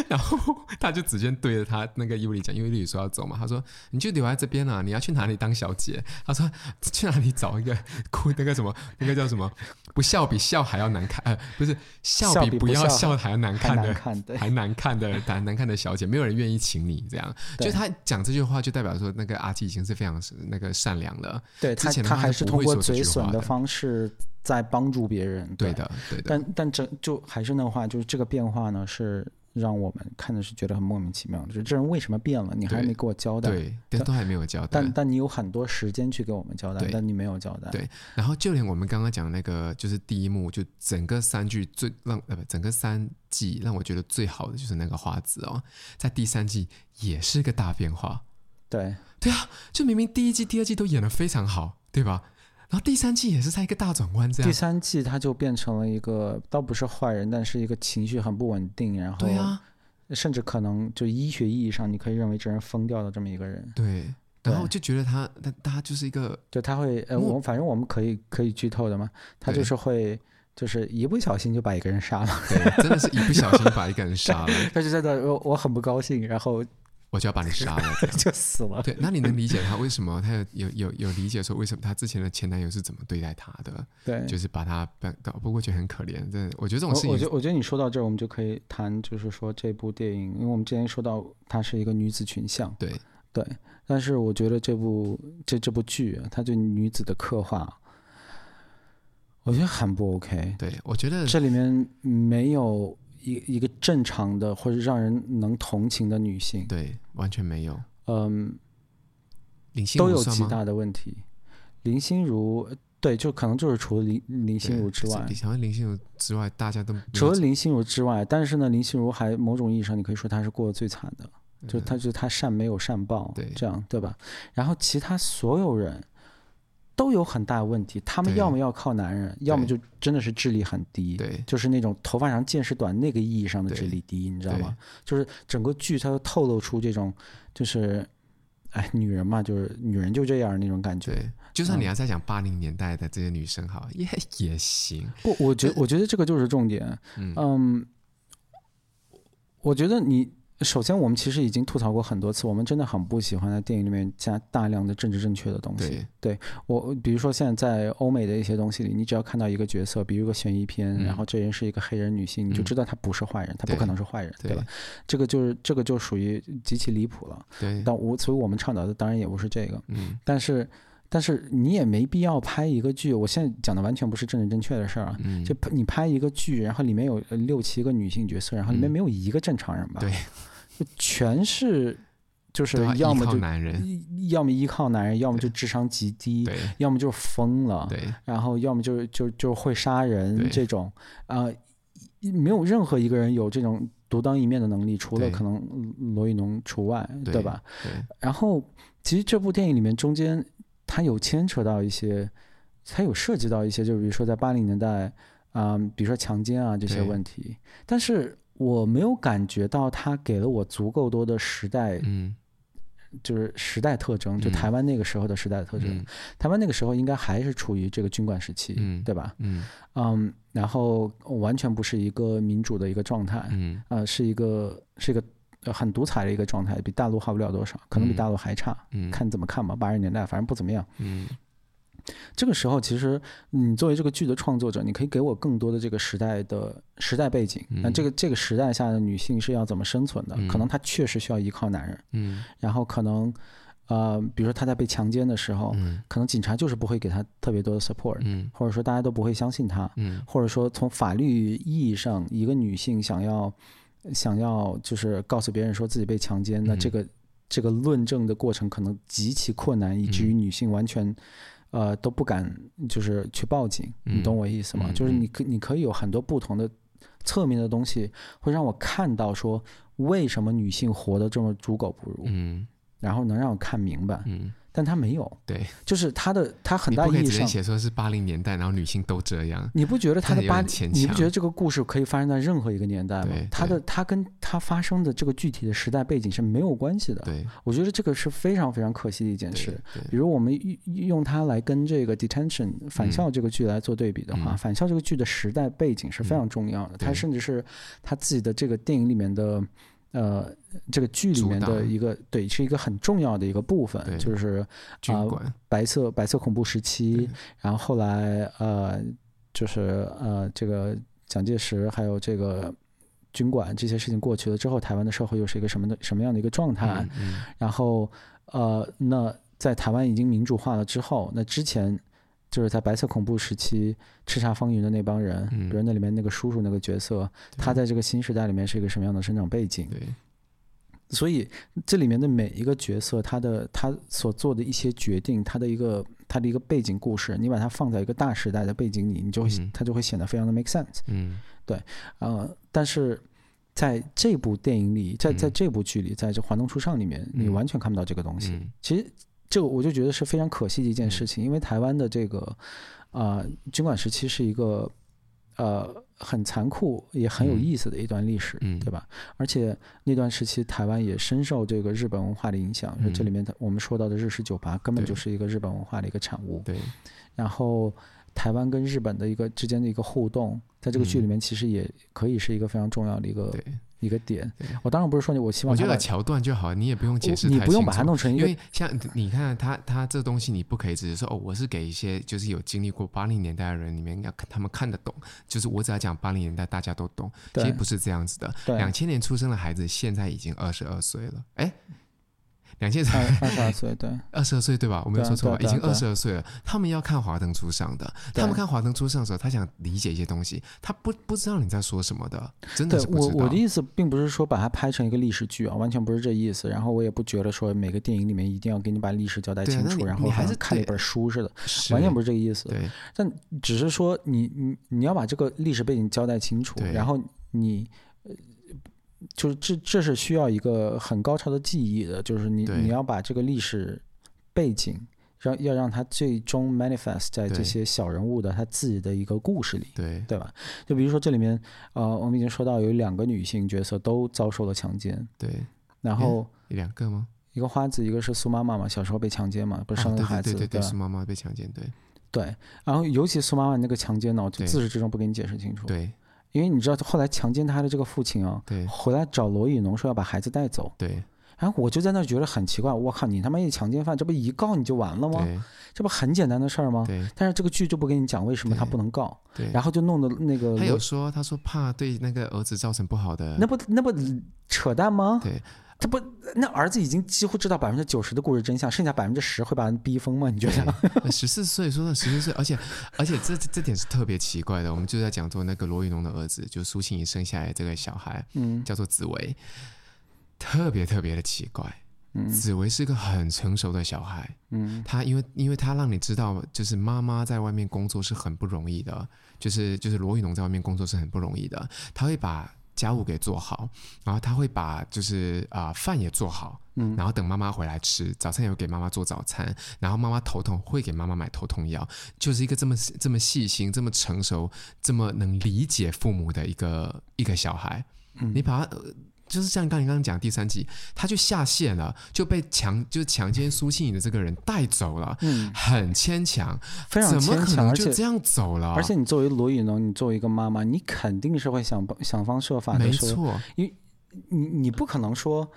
然后他就直接对着她那个尤里讲，因为尤里说要走嘛，他说你就留在这边啊，你要去哪里当小姐？他说去哪里找一个哭那个什么那个叫什么不笑比笑还要难看，呃，不是笑笑比比不不要笑笑还要难还看的难看，对，还难看的，还难看的小姐，没有人愿意请你这样。对就是他讲这句话，就代表说那个阿纪已经是非常那个善良了。对之他前的他话还是是不通会过说这嘴句损话的的方式在帮助别人，对。的，对的，但但这就还是那话，就是这个变化呢，是让我们看的是觉得很莫名其妙的，就是这人为什么变了？你还对没给我交代。对，但都还没有交代但。但你有很多时间去给我们交代对，但你没有交代。对然后就连我们刚刚讲那个，就是第一幕，就整个三剧最让呃不，整个三季让我觉得最好的就是那个花子哦，在第三季也是个大变化。对对啊，就明明第一季、第二季都演得非常好，对吧？然后第三季也是在一个大转弯这第样。三季他就变成了一个倒不是坏人，但是一个情绪很不稳定，然后对啊，甚至可能就医学意义上你可以认为这人疯掉的这么一个人。对。然后就觉得他他他就是一个就他会，呃，莫我们反正我们可以可以剧透的嘛，他嗯对就是会，就是一不小心就把一个人杀了，对，真的是一不小心把一个人杀了， 他就在那我我很不高兴，然后我就要把你杀了。这样就死了。对，那你能理解他为什么？他有有有有理解说为什么他之前的前男友是怎么对待他的？对，就是把他扳倒，不过觉得很可怜。真的，我觉得这种事我我觉情，得我觉得你说到这儿，我们就可以谈，就是说这部电影，因为我们之前说到它是一个女子群像，对对，但是我觉得这部这这部剧啊，它对女子的刻画，我觉得很不 OK。对，我觉得这里面没有一一个正常的或者让人能同情的女性，对完全没有。嗯，林心都如有算极吗大的问题。林心如，对，就可能就是除了林林心对如之是外林，好像林心如之外，大家都没有除了林心如之外，但是呢，林心如还某种意义上，你可以说她是过得最惨的，就她就她善没有善报，嗯对这样对吧？然后其他所有人都有很大的问题，他们对要么要靠男人，要么就真的是智力很低，对就是那种头发长见识短那个意义上的智力低，你知道吗？就是整个剧它都透露出这种，就是，哎，女人嘛，就是女人就这样那种感觉。对，就算你要再讲八零年代的这些女生好了，也也行。不，我觉我觉得这个就是重点。嗯我觉得你首先我们其实已经吐槽过很多次，我们真的很不喜欢在电影里面加大量的政治正确的东西。对我比如说现在在欧美的一些东西里，你只要看到一个角色，比如一个悬疑片，嗯然后这人是一个黑人女性，你就嗯知道她不是坏人，她对不可能是坏人，对对吧？这个就是这个就属于极其离谱了。对，但我所以我们倡导的当然也不是这个，嗯但是但是你也没必要拍一个剧。我现在讲的完全不是政治正确的事儿啊，嗯，就你拍一个剧，然后里面有呃六七个女性角色，然后里嗯面没有一个正常人吧？对， 就全是就是都要要啊依么靠就男人，依要么依靠男人，要么就智商极低，对要么就是疯了，对然后要么就是就就会杀人对这种，啊，一没有任何一个人有这种独当一面的能力，除了对可能罗意农除外，对对吧？对然后其实这部电影里面中间它有牵扯到一些，它有涉及到一些，就比如说在八零年代，啊、比如说强奸啊这些对问题，但是我没有感觉到它给了我足够多的时代，嗯就是时代特征，就嗯台湾那个时候的时代特征。嗯台湾那个时候应该还是处于这个军管时期，嗯对吧？嗯嗯，然后完全不是一个民主的一个状态，嗯呃，是一个是一个呃很独裁的一个状态，比大陆好不了多少，可能比嗯大陆还差。嗯，看怎么看吧，八十年代反正不怎么样。嗯这个时候，其实你作为这个剧的创作者，你可以给我更多的这个时代的时代背景。那嗯这个这个时代下的女性是要怎么生存的？可嗯能她确实需要依靠男人，嗯然后可能呃，比如说她在被强奸的时候，嗯可能警察就是不会给她特别多的 support，嗯或者说大家都不会相信她，嗯或者说从法律意义上，一个女性想要想要就是告诉别人说自己被强奸，那这嗯个这个论证的过程可能极其困难，以至嗯于女性完全呃都不敢就是去报警，你嗯懂我意思吗？嗯就是嗯你可你可以有很多不同的侧面的东西，会让我看到说为什么女性活得这么猪狗不如，嗯然后能让我看明白，嗯，但她没有，对，就是她的她很你大不可意以义直接上。写说是八零年代，然后女性都这样，你不觉得他这的有八，点牵你不强觉得这个故事可以发生在任何一个年代吗对？他的他跟他发生的这个具体的时代背景是没有关系的。对我觉得这个是非常非常可惜的一件对事。对比如我们用用它来跟这个《Detention》返校这个剧来做对比的话，嗯返校这个剧的时代背景是非常重要的。它对甚至是它自己的这个电影里面的，呃，这个剧里面主的打一个对，是一个很重要的一个部分，对就是军啊管白色白色恐怖时期对，然后后来呃，就是呃，这个蒋介石还有这个军管这些事情过去了之后，台湾的社会又是一个什么的什么样的一个状态？嗯嗯然后呃，那在台湾已经民主化了之后，那之前就是在白色恐怖时期《叱咤风云》的那帮人，嗯比如那里面那个叔叔那个角色，对他在这个新时代里面是一个什么样的生长背景？对，所以这里面的每一个角色，他的他所做的一些决定，他的一个他的一个背景故事，你把它放在一个大时代的背景里，你就会嗯它就会显得非常的 make sense。嗯呃，但是在这部电影里，在在嗯这部剧里，在这《华灯初上》里面，你嗯完全看不到这个东西。嗯其实这个我就觉得是非常可惜的一件事情，因为台湾的这个啊、呃军管时期是一个呃很残酷也很有嗯意思的一段历史，嗯对吧？而且那段时期台湾也深受这个日本文化的影响，说这嗯里面的我们说到的日式酒吧根本对嗯就是一个日本文化的一个产物，对，然后。台湾跟日本的一个之间的一个互动，在这个剧里面其实也可以是一个非常重要的一个嗯对一个点对。我当然不是说你，我希望我觉他得有把桥段就好，你也不用解释我你太不用清把它楚。弄成一因个为像你看他他这东西，你不可以只是说哦，我是给一些就是有经历过八零年代的人里面要他们看得懂，就是我只要讲八零年代大家都懂，其实对不是这样子的。对两千年出生的孩子现在已经二十二岁了，哎，两 千 二二十二岁，对，二十二岁对吧？我没有对啊说错吧？对已啊对啊经二十二岁了，他们要看《华灯初上》的，对他们看《华灯初上》的时候，他想理解一些东西，他不不知道你在说什么的，真的对是不我知道。我的意思并不是说把它拍成一个历史剧啊，完全不是这意思。然后我也不觉得说每个电影里面一定要给你把历史交代对啊清那楚，你然后你好还像是看了一得本书似的，是完全不是这个意思。对，但只是说你你你要把这个历史背景交代清楚，对然后你呃，就是这这是需要一个很高超的技艺的，就是你对你要把这个历史背景让要让它最终 manifest 在这对些小人物的他自己的一个故事里。对对吧？就比如说这里面，呃，我们已经说到有两个女性角色都遭受了强奸，对，然后两个吗？一个花子，一个是苏妈妈嘛，小时候被强奸嘛，不是生哦了个对孩子，对啊对对对，吧是妈妈被强奸，对对。然后尤其苏妈妈那个强奸呢，我就对自始至终不给你解释清楚，对因为你知道后来强奸她的这个父亲啊，对回来找罗以农说要把孩子带走，对然后我就在那儿觉得很奇怪，我靠，你他妈一强奸犯，这不一告你就完了吗？对这不很简单的事儿吗？对但是这个剧就不跟你讲为什么他对不能告，对。然后就弄得那个他罗有说，他说怕对那个儿子造成不好的，那不那不扯淡吗？对，这不那儿子已经几乎知道百分之九十的故事真相，剩下百分之十会把人逼疯吗？你觉得？呃十四岁说的十四岁，而且而且这这点是特别奇怪的。我们就在讲说那个罗云龙的儿子，就苏庆仪生下来这个小孩，嗯叫做紫薇，特别特别的奇怪。嗯紫薇是个很成熟的小孩，嗯，她因为因为她让你知道，就是妈妈在外面工作是很不容易的，就是就是罗宇农在外面工作是很不容易的，她会把家务给做好，然后她会把就是啊、饭也做好，嗯然后等妈妈回来吃，早餐也会给妈妈做早餐，然后妈妈头痛会给妈妈买头痛药，就是一个这么这么细心、这么成熟、这么能理解父母的一个一个小孩。嗯你把他、呃就是像刚你刚刚讲第三集，他就下线了，就被强就是强奸苏庆仪的这个人带走了，嗯很牵强，非常怎牵么可强，能而就这且样啊走了？而且你作为罗宇农，你作为一个妈妈，你肯定是会想方想方设法的没说，错，你你不可能说，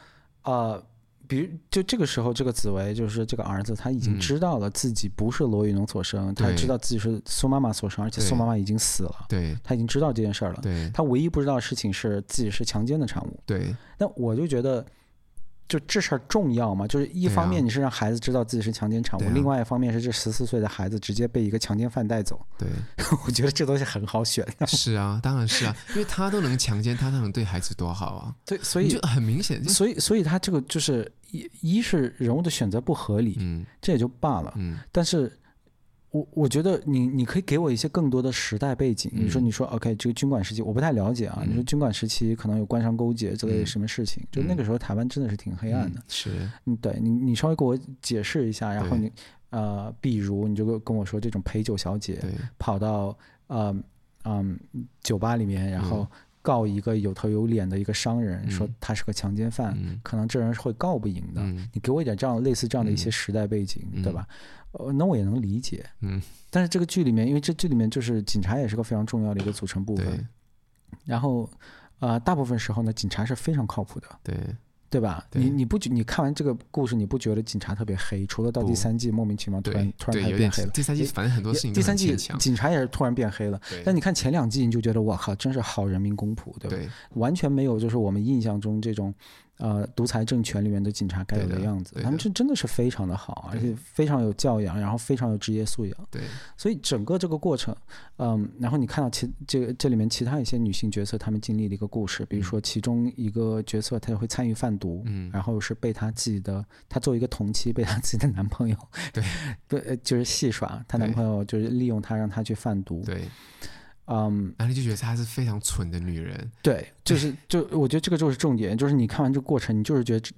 呃。比如，就这个时候，这个紫薇就是这个儿子，他已经嗯知道了自己不是罗宇农所生，他对知道自己是苏妈妈所生，而且苏对妈妈已经死了，对他已经知道这件事儿了。对他唯一不知道的事情是自己是强奸的产物。对那我就觉得，就这事儿重要吗？就是一对啊方面你是让孩子知道自己是强奸产物，对啊另外一方面是这十四岁的孩子直接被一个强奸犯带走。 对，我觉得这东西很好选。 是啊，当然是啊，因为他都能强奸他，他能对孩子多好啊，对，所你就以很明显就是所以所以他这个就是一一是人物的选择不合理，嗯这也就罢了。嗯但是我我觉得你你可以给我一些更多的时代背景。你说嗯你说 OK，这个军管时期我不太了解啊。你说军管时期可能有官商勾结之类的嗯什么事情，就那嗯个时候台湾真的是挺黑暗的。嗯是嗯，对你，你稍微给我解释一下，然后对你呃，比如你就跟跟我说，这种陪酒小姐对跑到呃嗯酒吧里面，然后告一个有头有脸的一个商人，说嗯他是个强奸犯，嗯可能这人是会告不赢的。嗯你给我一点这样类似这样的一些时代背景，对嗯吧？呃，那我也能理解。嗯，但是这个剧里面，因为这剧里面就是警察也是个非常重要的一个组成部对分，然后呃，大部分时候呢，警察是非常靠谱的。对对吧？对你你不觉你看完这个故事，你不觉得警察特别黑？除了到第不三季莫名其妙突然对突然对，开有点始变黑了，第三季反正很多事情第都三很季牵强，警察也是突然变黑了。对但你看前两季，你就觉得哇靠，真是好人民公仆，对吧？对完全没有就是我们印象中这种呃独裁政权里面的警察该有对的的样子对。他们的这真的是非常的好，而对且非常有教养，然后非常有职业素养。对，所以整个这个过程，嗯，然后你看到其这这里面其他一些女性角色她们经历的一个故事，比如说其中一个角色她会参与贩毒，嗯，然后是被她自己的，她作为一个同妻被她自己的男朋友， 对，对，呃就是戏耍，她男对朋友就是利用她让她去贩毒，对，嗯，然后你就觉得她是非常蠢的女人，对，就是就我觉得这个就是重点，就是你看完这个过程，你就是觉得这。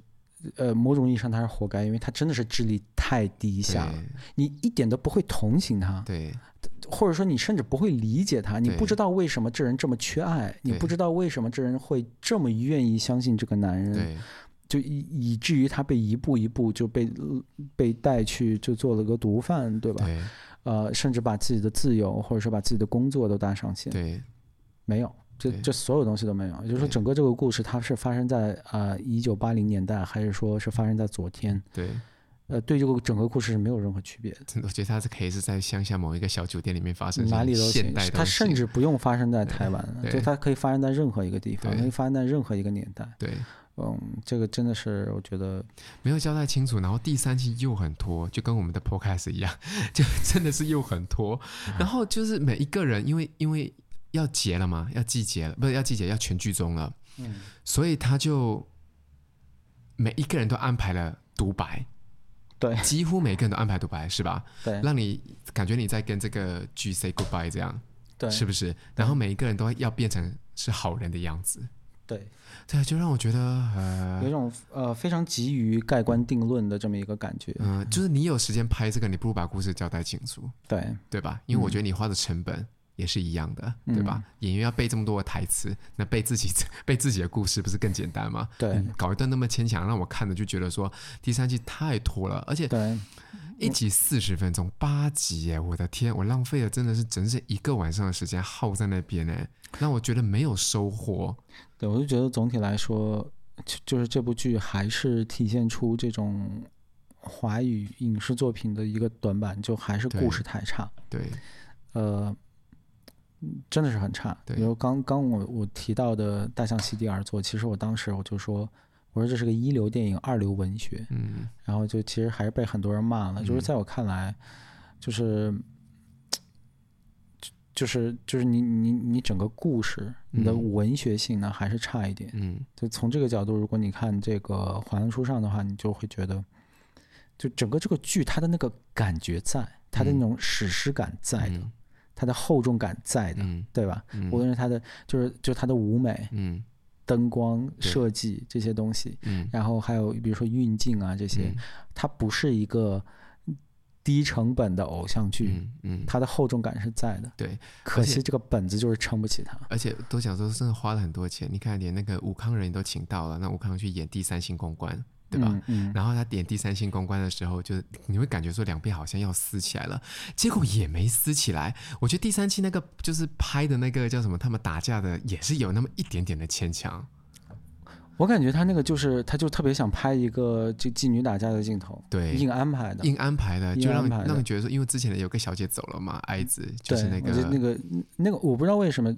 呃，某种意义上她是活该，因为她真的是智力太低下了，你一点都不会同情她。对，或者说你甚至不会理解他，你对不知道为什么这人这么缺爱，你对不知道为什么这人会这么愿意相信这个男对，人，对，就以以至于他被一步一步就被呃被带去就做了个毒贩，对吧？对，呃，甚至把自己的自由或者说把自己的工作都搭上线，对，没有。这对这所有东西都没有，也就是说，对整个这个故事它是发生在呃一九八零年代，还是说是发生在昨天？对，呃，对这个整个故事是没有任何区别的。真的我觉得她是可以是在乡下某一个小酒店里面发生，哪里都现行代，都它甚行至不用发生在台湾，对就它可以发生在任何一个地方，对可以发生在任何一个年代。对嗯，这个真的是我觉得，没有交代清楚，然后第三期又很拖，就跟我们的 podcast 一样， 就真的是又很拖。然后就是每一个人，因为因为要结了嘛，要季结了，不是要季结，要全剧终了，嗯，所以他就每一个人都安排了独白，对几乎每个人都安排独白，是吧？对让你感觉你在跟这个剧 say goodbye 这样，对是不是？然后每一个人都要变成是好人的样子，对，对，就让我觉得呃，有一种呃非常急于盖棺定论的这么一个感觉。嗯，就是你有时间拍这个，你不如把故事交代清楚，对，对吧？因为我觉得你花的成本也是一样的，嗯对吧？演员要背这么多的台词，那背自己 背自己的故事不是更简单吗？对嗯搞一段那么牵强，让我看的就觉得说第三季太拖了，而且对，一集四十分钟，八集耶！我的天，我浪费了真的是整整一个晚上的时间耗在那边呢，让我觉得没有收获。对，我就觉得总体来说，就就是这部剧还是体现出这种华语影视作品的一个短板，就还是对故事太差。对呃，嗯真的是很差。对比如刚刚我我提到的《大象席地而坐》，其实我当时我就说，我说这是个一流电影，二流文学。嗯，然后就其实还是被很多人骂了。就是嗯在我看来，就是。就就是就是你你你整个故事，你的嗯文学性呢还是差一点。嗯就从这个角度，如果你看这个《华灯初上》的话，你就会觉得，就整个这个剧它的那个感觉在，它的那嗯种史诗感在的，嗯它的厚重感在的，嗯对啊吧？嗯无论是它的就是就是它的舞美、嗯灯光对设计这些东西，嗯，然后还有比如说运镜啊这些，嗯它不是一个低成本的偶像剧，嗯嗯，它的厚重感是在的。对，可而且惜这个本子就是撑不起它。而且都想说，真的花了很多钱。你看，连那个武康人都请到了，那武康去演第三性公关，对吧？嗯，嗯然后他点第三性公关的时候，就是你会感觉说两边好像要撕起来了，结果也没撕起来。我觉得第三期那个就是拍的那个叫什么，他们打架的也是有那么一点点的牵强。我感觉他那个就是，他就特别想拍一个这妓女打架的镜头，对硬安排的。硬安排的，硬就让安排的让你觉得说，因为之前的有个小姐走了嘛，爱子就是对那我个觉得那个那个，我不知道为什么，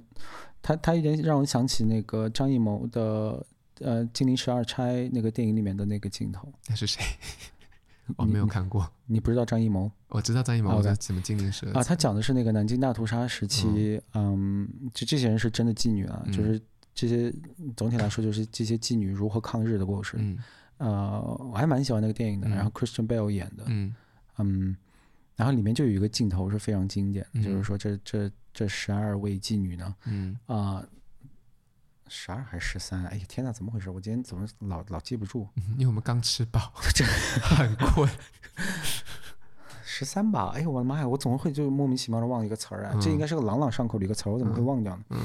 他他有点让我想起那个张艺谋的呃《金陵十二钗》那个电影里面的那个镜头。那是谁？ 我你没有看过，你不知道张艺谋我知道张艺谋 OK 的什么精灵蛇啊？他讲的是那个南京大屠杀时期，嗯，就这些人是真的妓女啊，就嗯是这些总体来说就是这些妓女如何抗日的故事。嗯呃，我还蛮喜欢那个电影的，嗯然后 Christian Bale 演的，嗯嗯，然后里面就有一个镜头是非常经典的，就是嗯说这这这十二位妓女呢，嗯啊、十二还是十三？哎呀，天哪，怎么回事？我今天怎么老老记不住？嗯，因为我们刚吃饱， 这很困。十三吧？哎呦，我的妈呀！我怎么会就莫名其妙的忘了一个词儿啊？这应该是个朗朗上口的一个词儿，我怎么会忘掉呢？嗯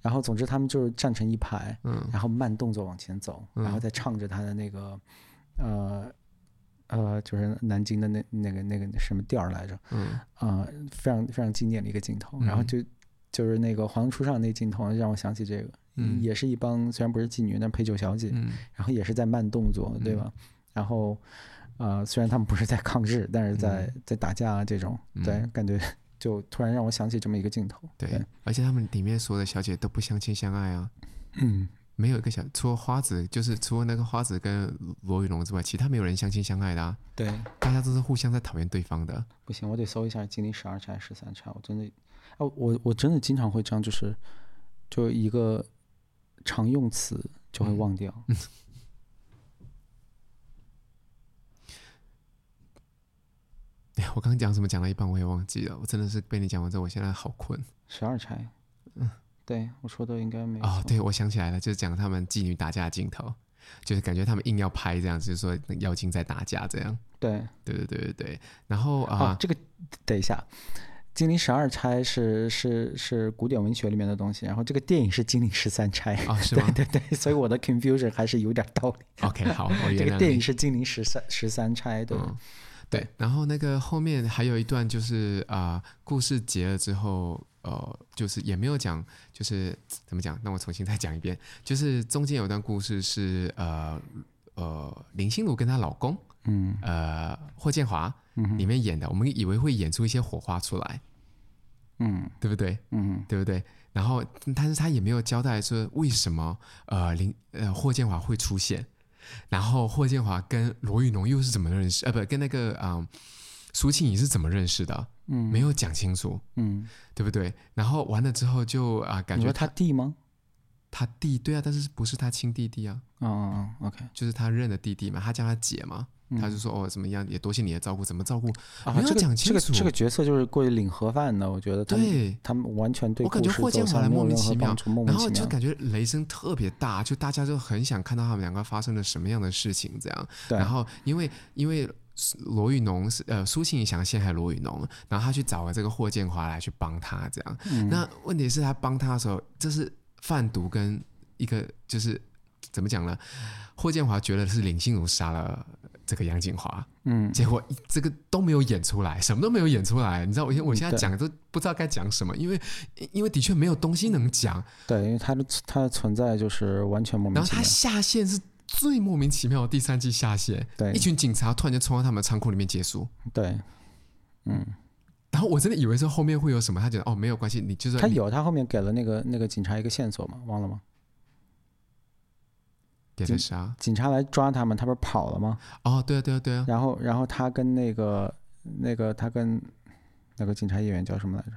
然后，总之他们就是站成一排，嗯然后慢动作往前走，然后嗯再唱着他的那个，呃，呃，就是南京的那那个那个什么调儿来着？嗯啊、非常非常经典的一个镜头。然后嗯就就是那个《黄初上》那镜头，让我想起这个，嗯也是一帮虽然不是妓女，但陪酒小姐，嗯然后也是在慢动作，对吧？然后啊、呃虽然他们不是在抗日，但是在、在打架啊这种，对，嗯感觉就突然让我想起这么一个镜头。对，而且他们里面所有的小姐都不相亲相爱啊，嗯，没有一个小，除了花子，就是除了那个花子跟罗云龙之外，其他没有人相亲相爱的啊，对，大家都是互相在讨厌对方的。 不行，我得搜一下金陵十二钗、十三钗。我真的，哦，我我真的经常会这样，就是就一个常用词就嗯会忘掉。哎呀我刚刚讲什么讲到一半我也忘记了，我真的是被你讲完之后，我现在好困十二钗，嗯，对我说的应该没哦错。，对，我想起来了，就是讲他们妓女打架的镜头，就是感觉他们硬要拍这样，就是说妖精在打架这样。对对对对对对，然后啊，啊，这个等一下，金陵十二钗是是是古典文学里面的东西，然后这个电影是金陵十三钗。啊是对吗对对，所以我的 confusion 还是有点道理。 ？OK，好，我这原个谅电影你。是金陵十三十三钗的，嗯对，然后那个后面还有一段就是啊、故事结了之后，呃，就是也没有讲，就是怎么讲？那我重新再讲一遍，就是中间有一段故事是呃呃林心如跟她老公，嗯，呃霍建华里面演的，我们以为会演出一些火花出来，嗯对不对？嗯对不对？然后，但是他也没有交代说为什么呃林呃霍建华会出现，然后霍建华跟罗玉农又是怎么认识？呃，不，跟那个啊、呃苏庆仪是怎么认识的？嗯没有讲清楚，嗯，对不对？然后完了之后就啊、感你觉说他弟吗？他弟对啊，但是不是他亲弟弟啊？哦哦哦，OK，就是他认的弟弟嘛，他叫他姐嘛，嗯他就说哦怎么样，也多谢你的照顾，怎么照顾？啊没有这个讲清这个这个角色就是过去领盒饭的，我觉得他们对，他们完全对我感故觉事霍建华走向来没有莫名任其何妙帮助，莫然名后其就妙。感觉雷声特别大，就大家就很想看到他们两个发生了什么样的事情，这样。对然后因为因为罗宇农是呃苏庆仪想陷害罗宇农，然后他去找了这个霍建华来去帮他，这样。嗯那问题是，他帮他的时候，这是贩毒跟一个就是怎么讲呢？霍建华觉得是林心如杀了这个杨锦华，嗯，结果一这个都没有演出来，什么都没有演出来，你知道我现我现在对讲都不知道该讲什么，因为因为的确没有东西能讲，对，因为他的他的存在就是完全莫名然后其他妙。下线是最莫名其妙的第三季下线，对一群警察突然就冲到他们的仓库里面结束，对，嗯然后我真的以为说后面会有什么，他觉得哦没有关系，你就是他有他后面给了那个那个警察一个线索嘛，忘了吗？给了杀，警察来抓他们，他不是跑了吗？哦对啊对啊对啊，然后然后他跟那个那个他跟那个警察演员叫什么来着？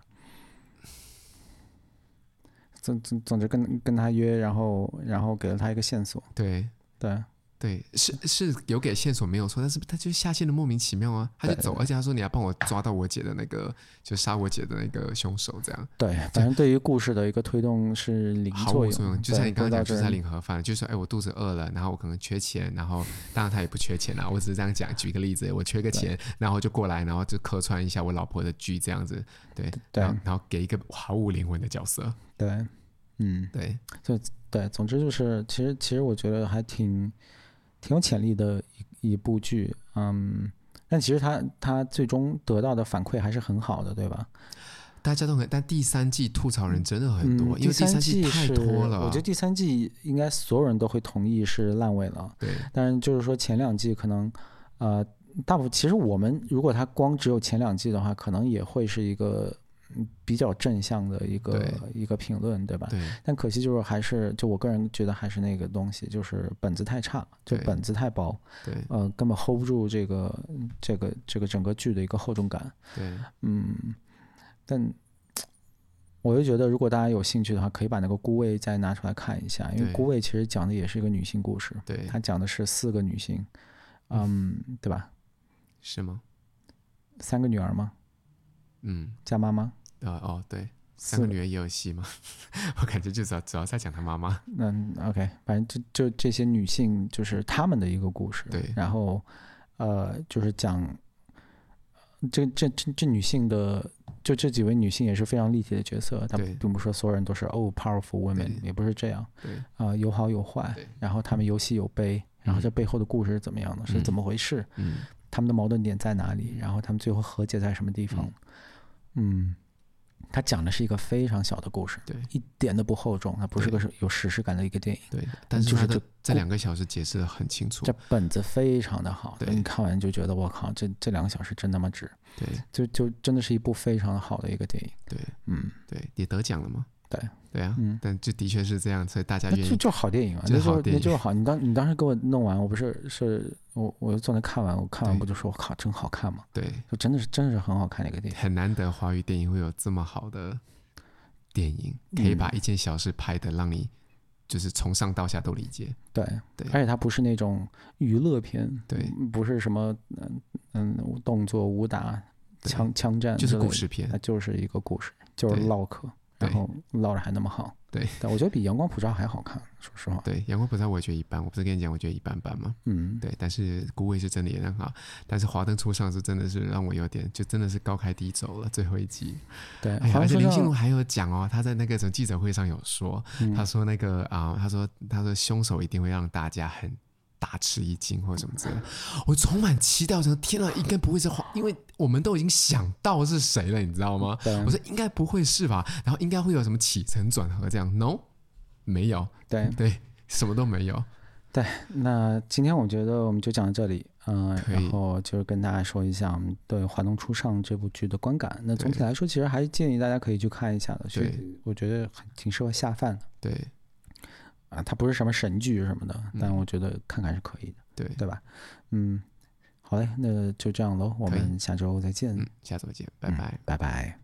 总总总之跟跟他约，然后然后给了他一个线索，对。对。对，是是有给线索没有错，但是他就下线的莫名其妙啊，他就走，而且他说你要帮我抓到我姐的那个，就杀我姐的那个凶手，这样。对，反正对于故事的一个推动是零毫作无用，作用，就对像你刚刚不知道讲，就这是在人领盒饭，就是说，哎，我肚子饿了，然后我可能缺钱，然 后当然他也不缺钱啦，我只是这样讲，举个例子，我缺个钱，然后就过来，然后就客串一下我老婆的剧这样子，对，对然后然后给一个毫无灵魂的角色，对，嗯，对，对，总之就是，其实其实我觉得还挺挺有潜力的一一部剧，嗯，但其实它它最终得到的反馈还是很好的，对吧？大家都很，但第三季吐槽人真的很多，嗯、因为第第三季太是拖了，我觉得第三季应该所有人都会同意是烂尾了，对但是就是说前两季可能，呃，大部其实我们如果它光只有前两季的话，可能也会是一个嗯比较正向的一个对一个评论，对吧？对但可惜就是还是就我个人觉得还是那个东西，就是本子太差，就对本子太薄，对呃，根本 hold 不住这个这个这个整个剧的一个厚重感。对，嗯，但我就觉得，如果大家有兴趣的话，可以把那个《孤味》再拿出来看一下，因为对《孤味》其实讲的也是一个女性故事，对它讲的是四个女性，嗯，对吧？是吗？三个女儿吗？嗯，加妈妈？呃哦对，三四个女儿也有戏吗？ 我感觉就主要主要在讲她妈妈，嗯，OK，反正就就这些女性就是她们的一个故事，对然后呃，就是讲这这这这女性的，就这几位女性也是非常立体的角色，她对并不是说所有人都是 oh powerful 对 women，也不是这样， 对啊、有好有坏对，然后她们有喜有悲，然后这背后的故事是怎么样的，是嗯怎么回事，嗯。她们的矛盾点在哪里，然后她们最后和解在什么地方，嗯。它讲的是一个非常小的故事，对一点都不厚重，它不是对个是有史诗感的一个电影。对，但嗯是就他是的这这故两个小时解释的很清楚这。本子非常的好，对你看完就觉得我靠，这这两个小时真他妈值，对就就真的是一部非常好的一个电影。对嗯，对，也得奖了吗？对对啊，嗯但这的确是这样，所以大家那愿就意。就好电影啊，这那是好就电那影就是好。你当你当时给我弄完，我不是是我我坐那看完，我看完对不就说我靠，真好看吗？对，就真的是真的是很好看的一个电影。很难得华语电影会有这么好的电影，可以把一件小事拍的让你就是从上到下都理解。对对而且它不是那种娱乐片，对嗯，不是什么嗯嗯动作武打、对枪枪战就之是类故的事片它，就是一个故事，就是对唠嗑，对然后唠着还那么好。对，但我觉得比《阳光普照》还好看，说实话。对《阳光普照》我也觉得一般，我不是跟你讲我觉得一般般吗？嗯，对，但是《孤味》是真的也很好，但是《华灯初上》是真的是让我有点就真的是高开低走了最后一集。对，哎呀，好而且像林说心如像还有讲哦，她在那个什么记者会上有说，嗯她说那个啊、她说她说凶手一定会让大家很。大吃一惊或者什么之类的，我充满期待，我想天啊，应该不会是华，因为我们都已经想到是谁了，你知道吗？对我说应该不会是吧，然后应该会有什么起承转合这样？No，没有，对，对，什么都没有。那今天我觉得我们就讲到这里，嗯、可以然后就是跟大家说一下我们对《华灯初上》这部剧的观感。那总体对来说，其实还是建议大家可以去看一下的，所对以我觉得很挺适合下饭的对啊。它不是什么神剧什么的，但嗯我觉得看看是可以的，对，对吧？嗯，好嘞，那就这样喽，我可以们下周再见，嗯，下周见，拜嗯拜。拜拜。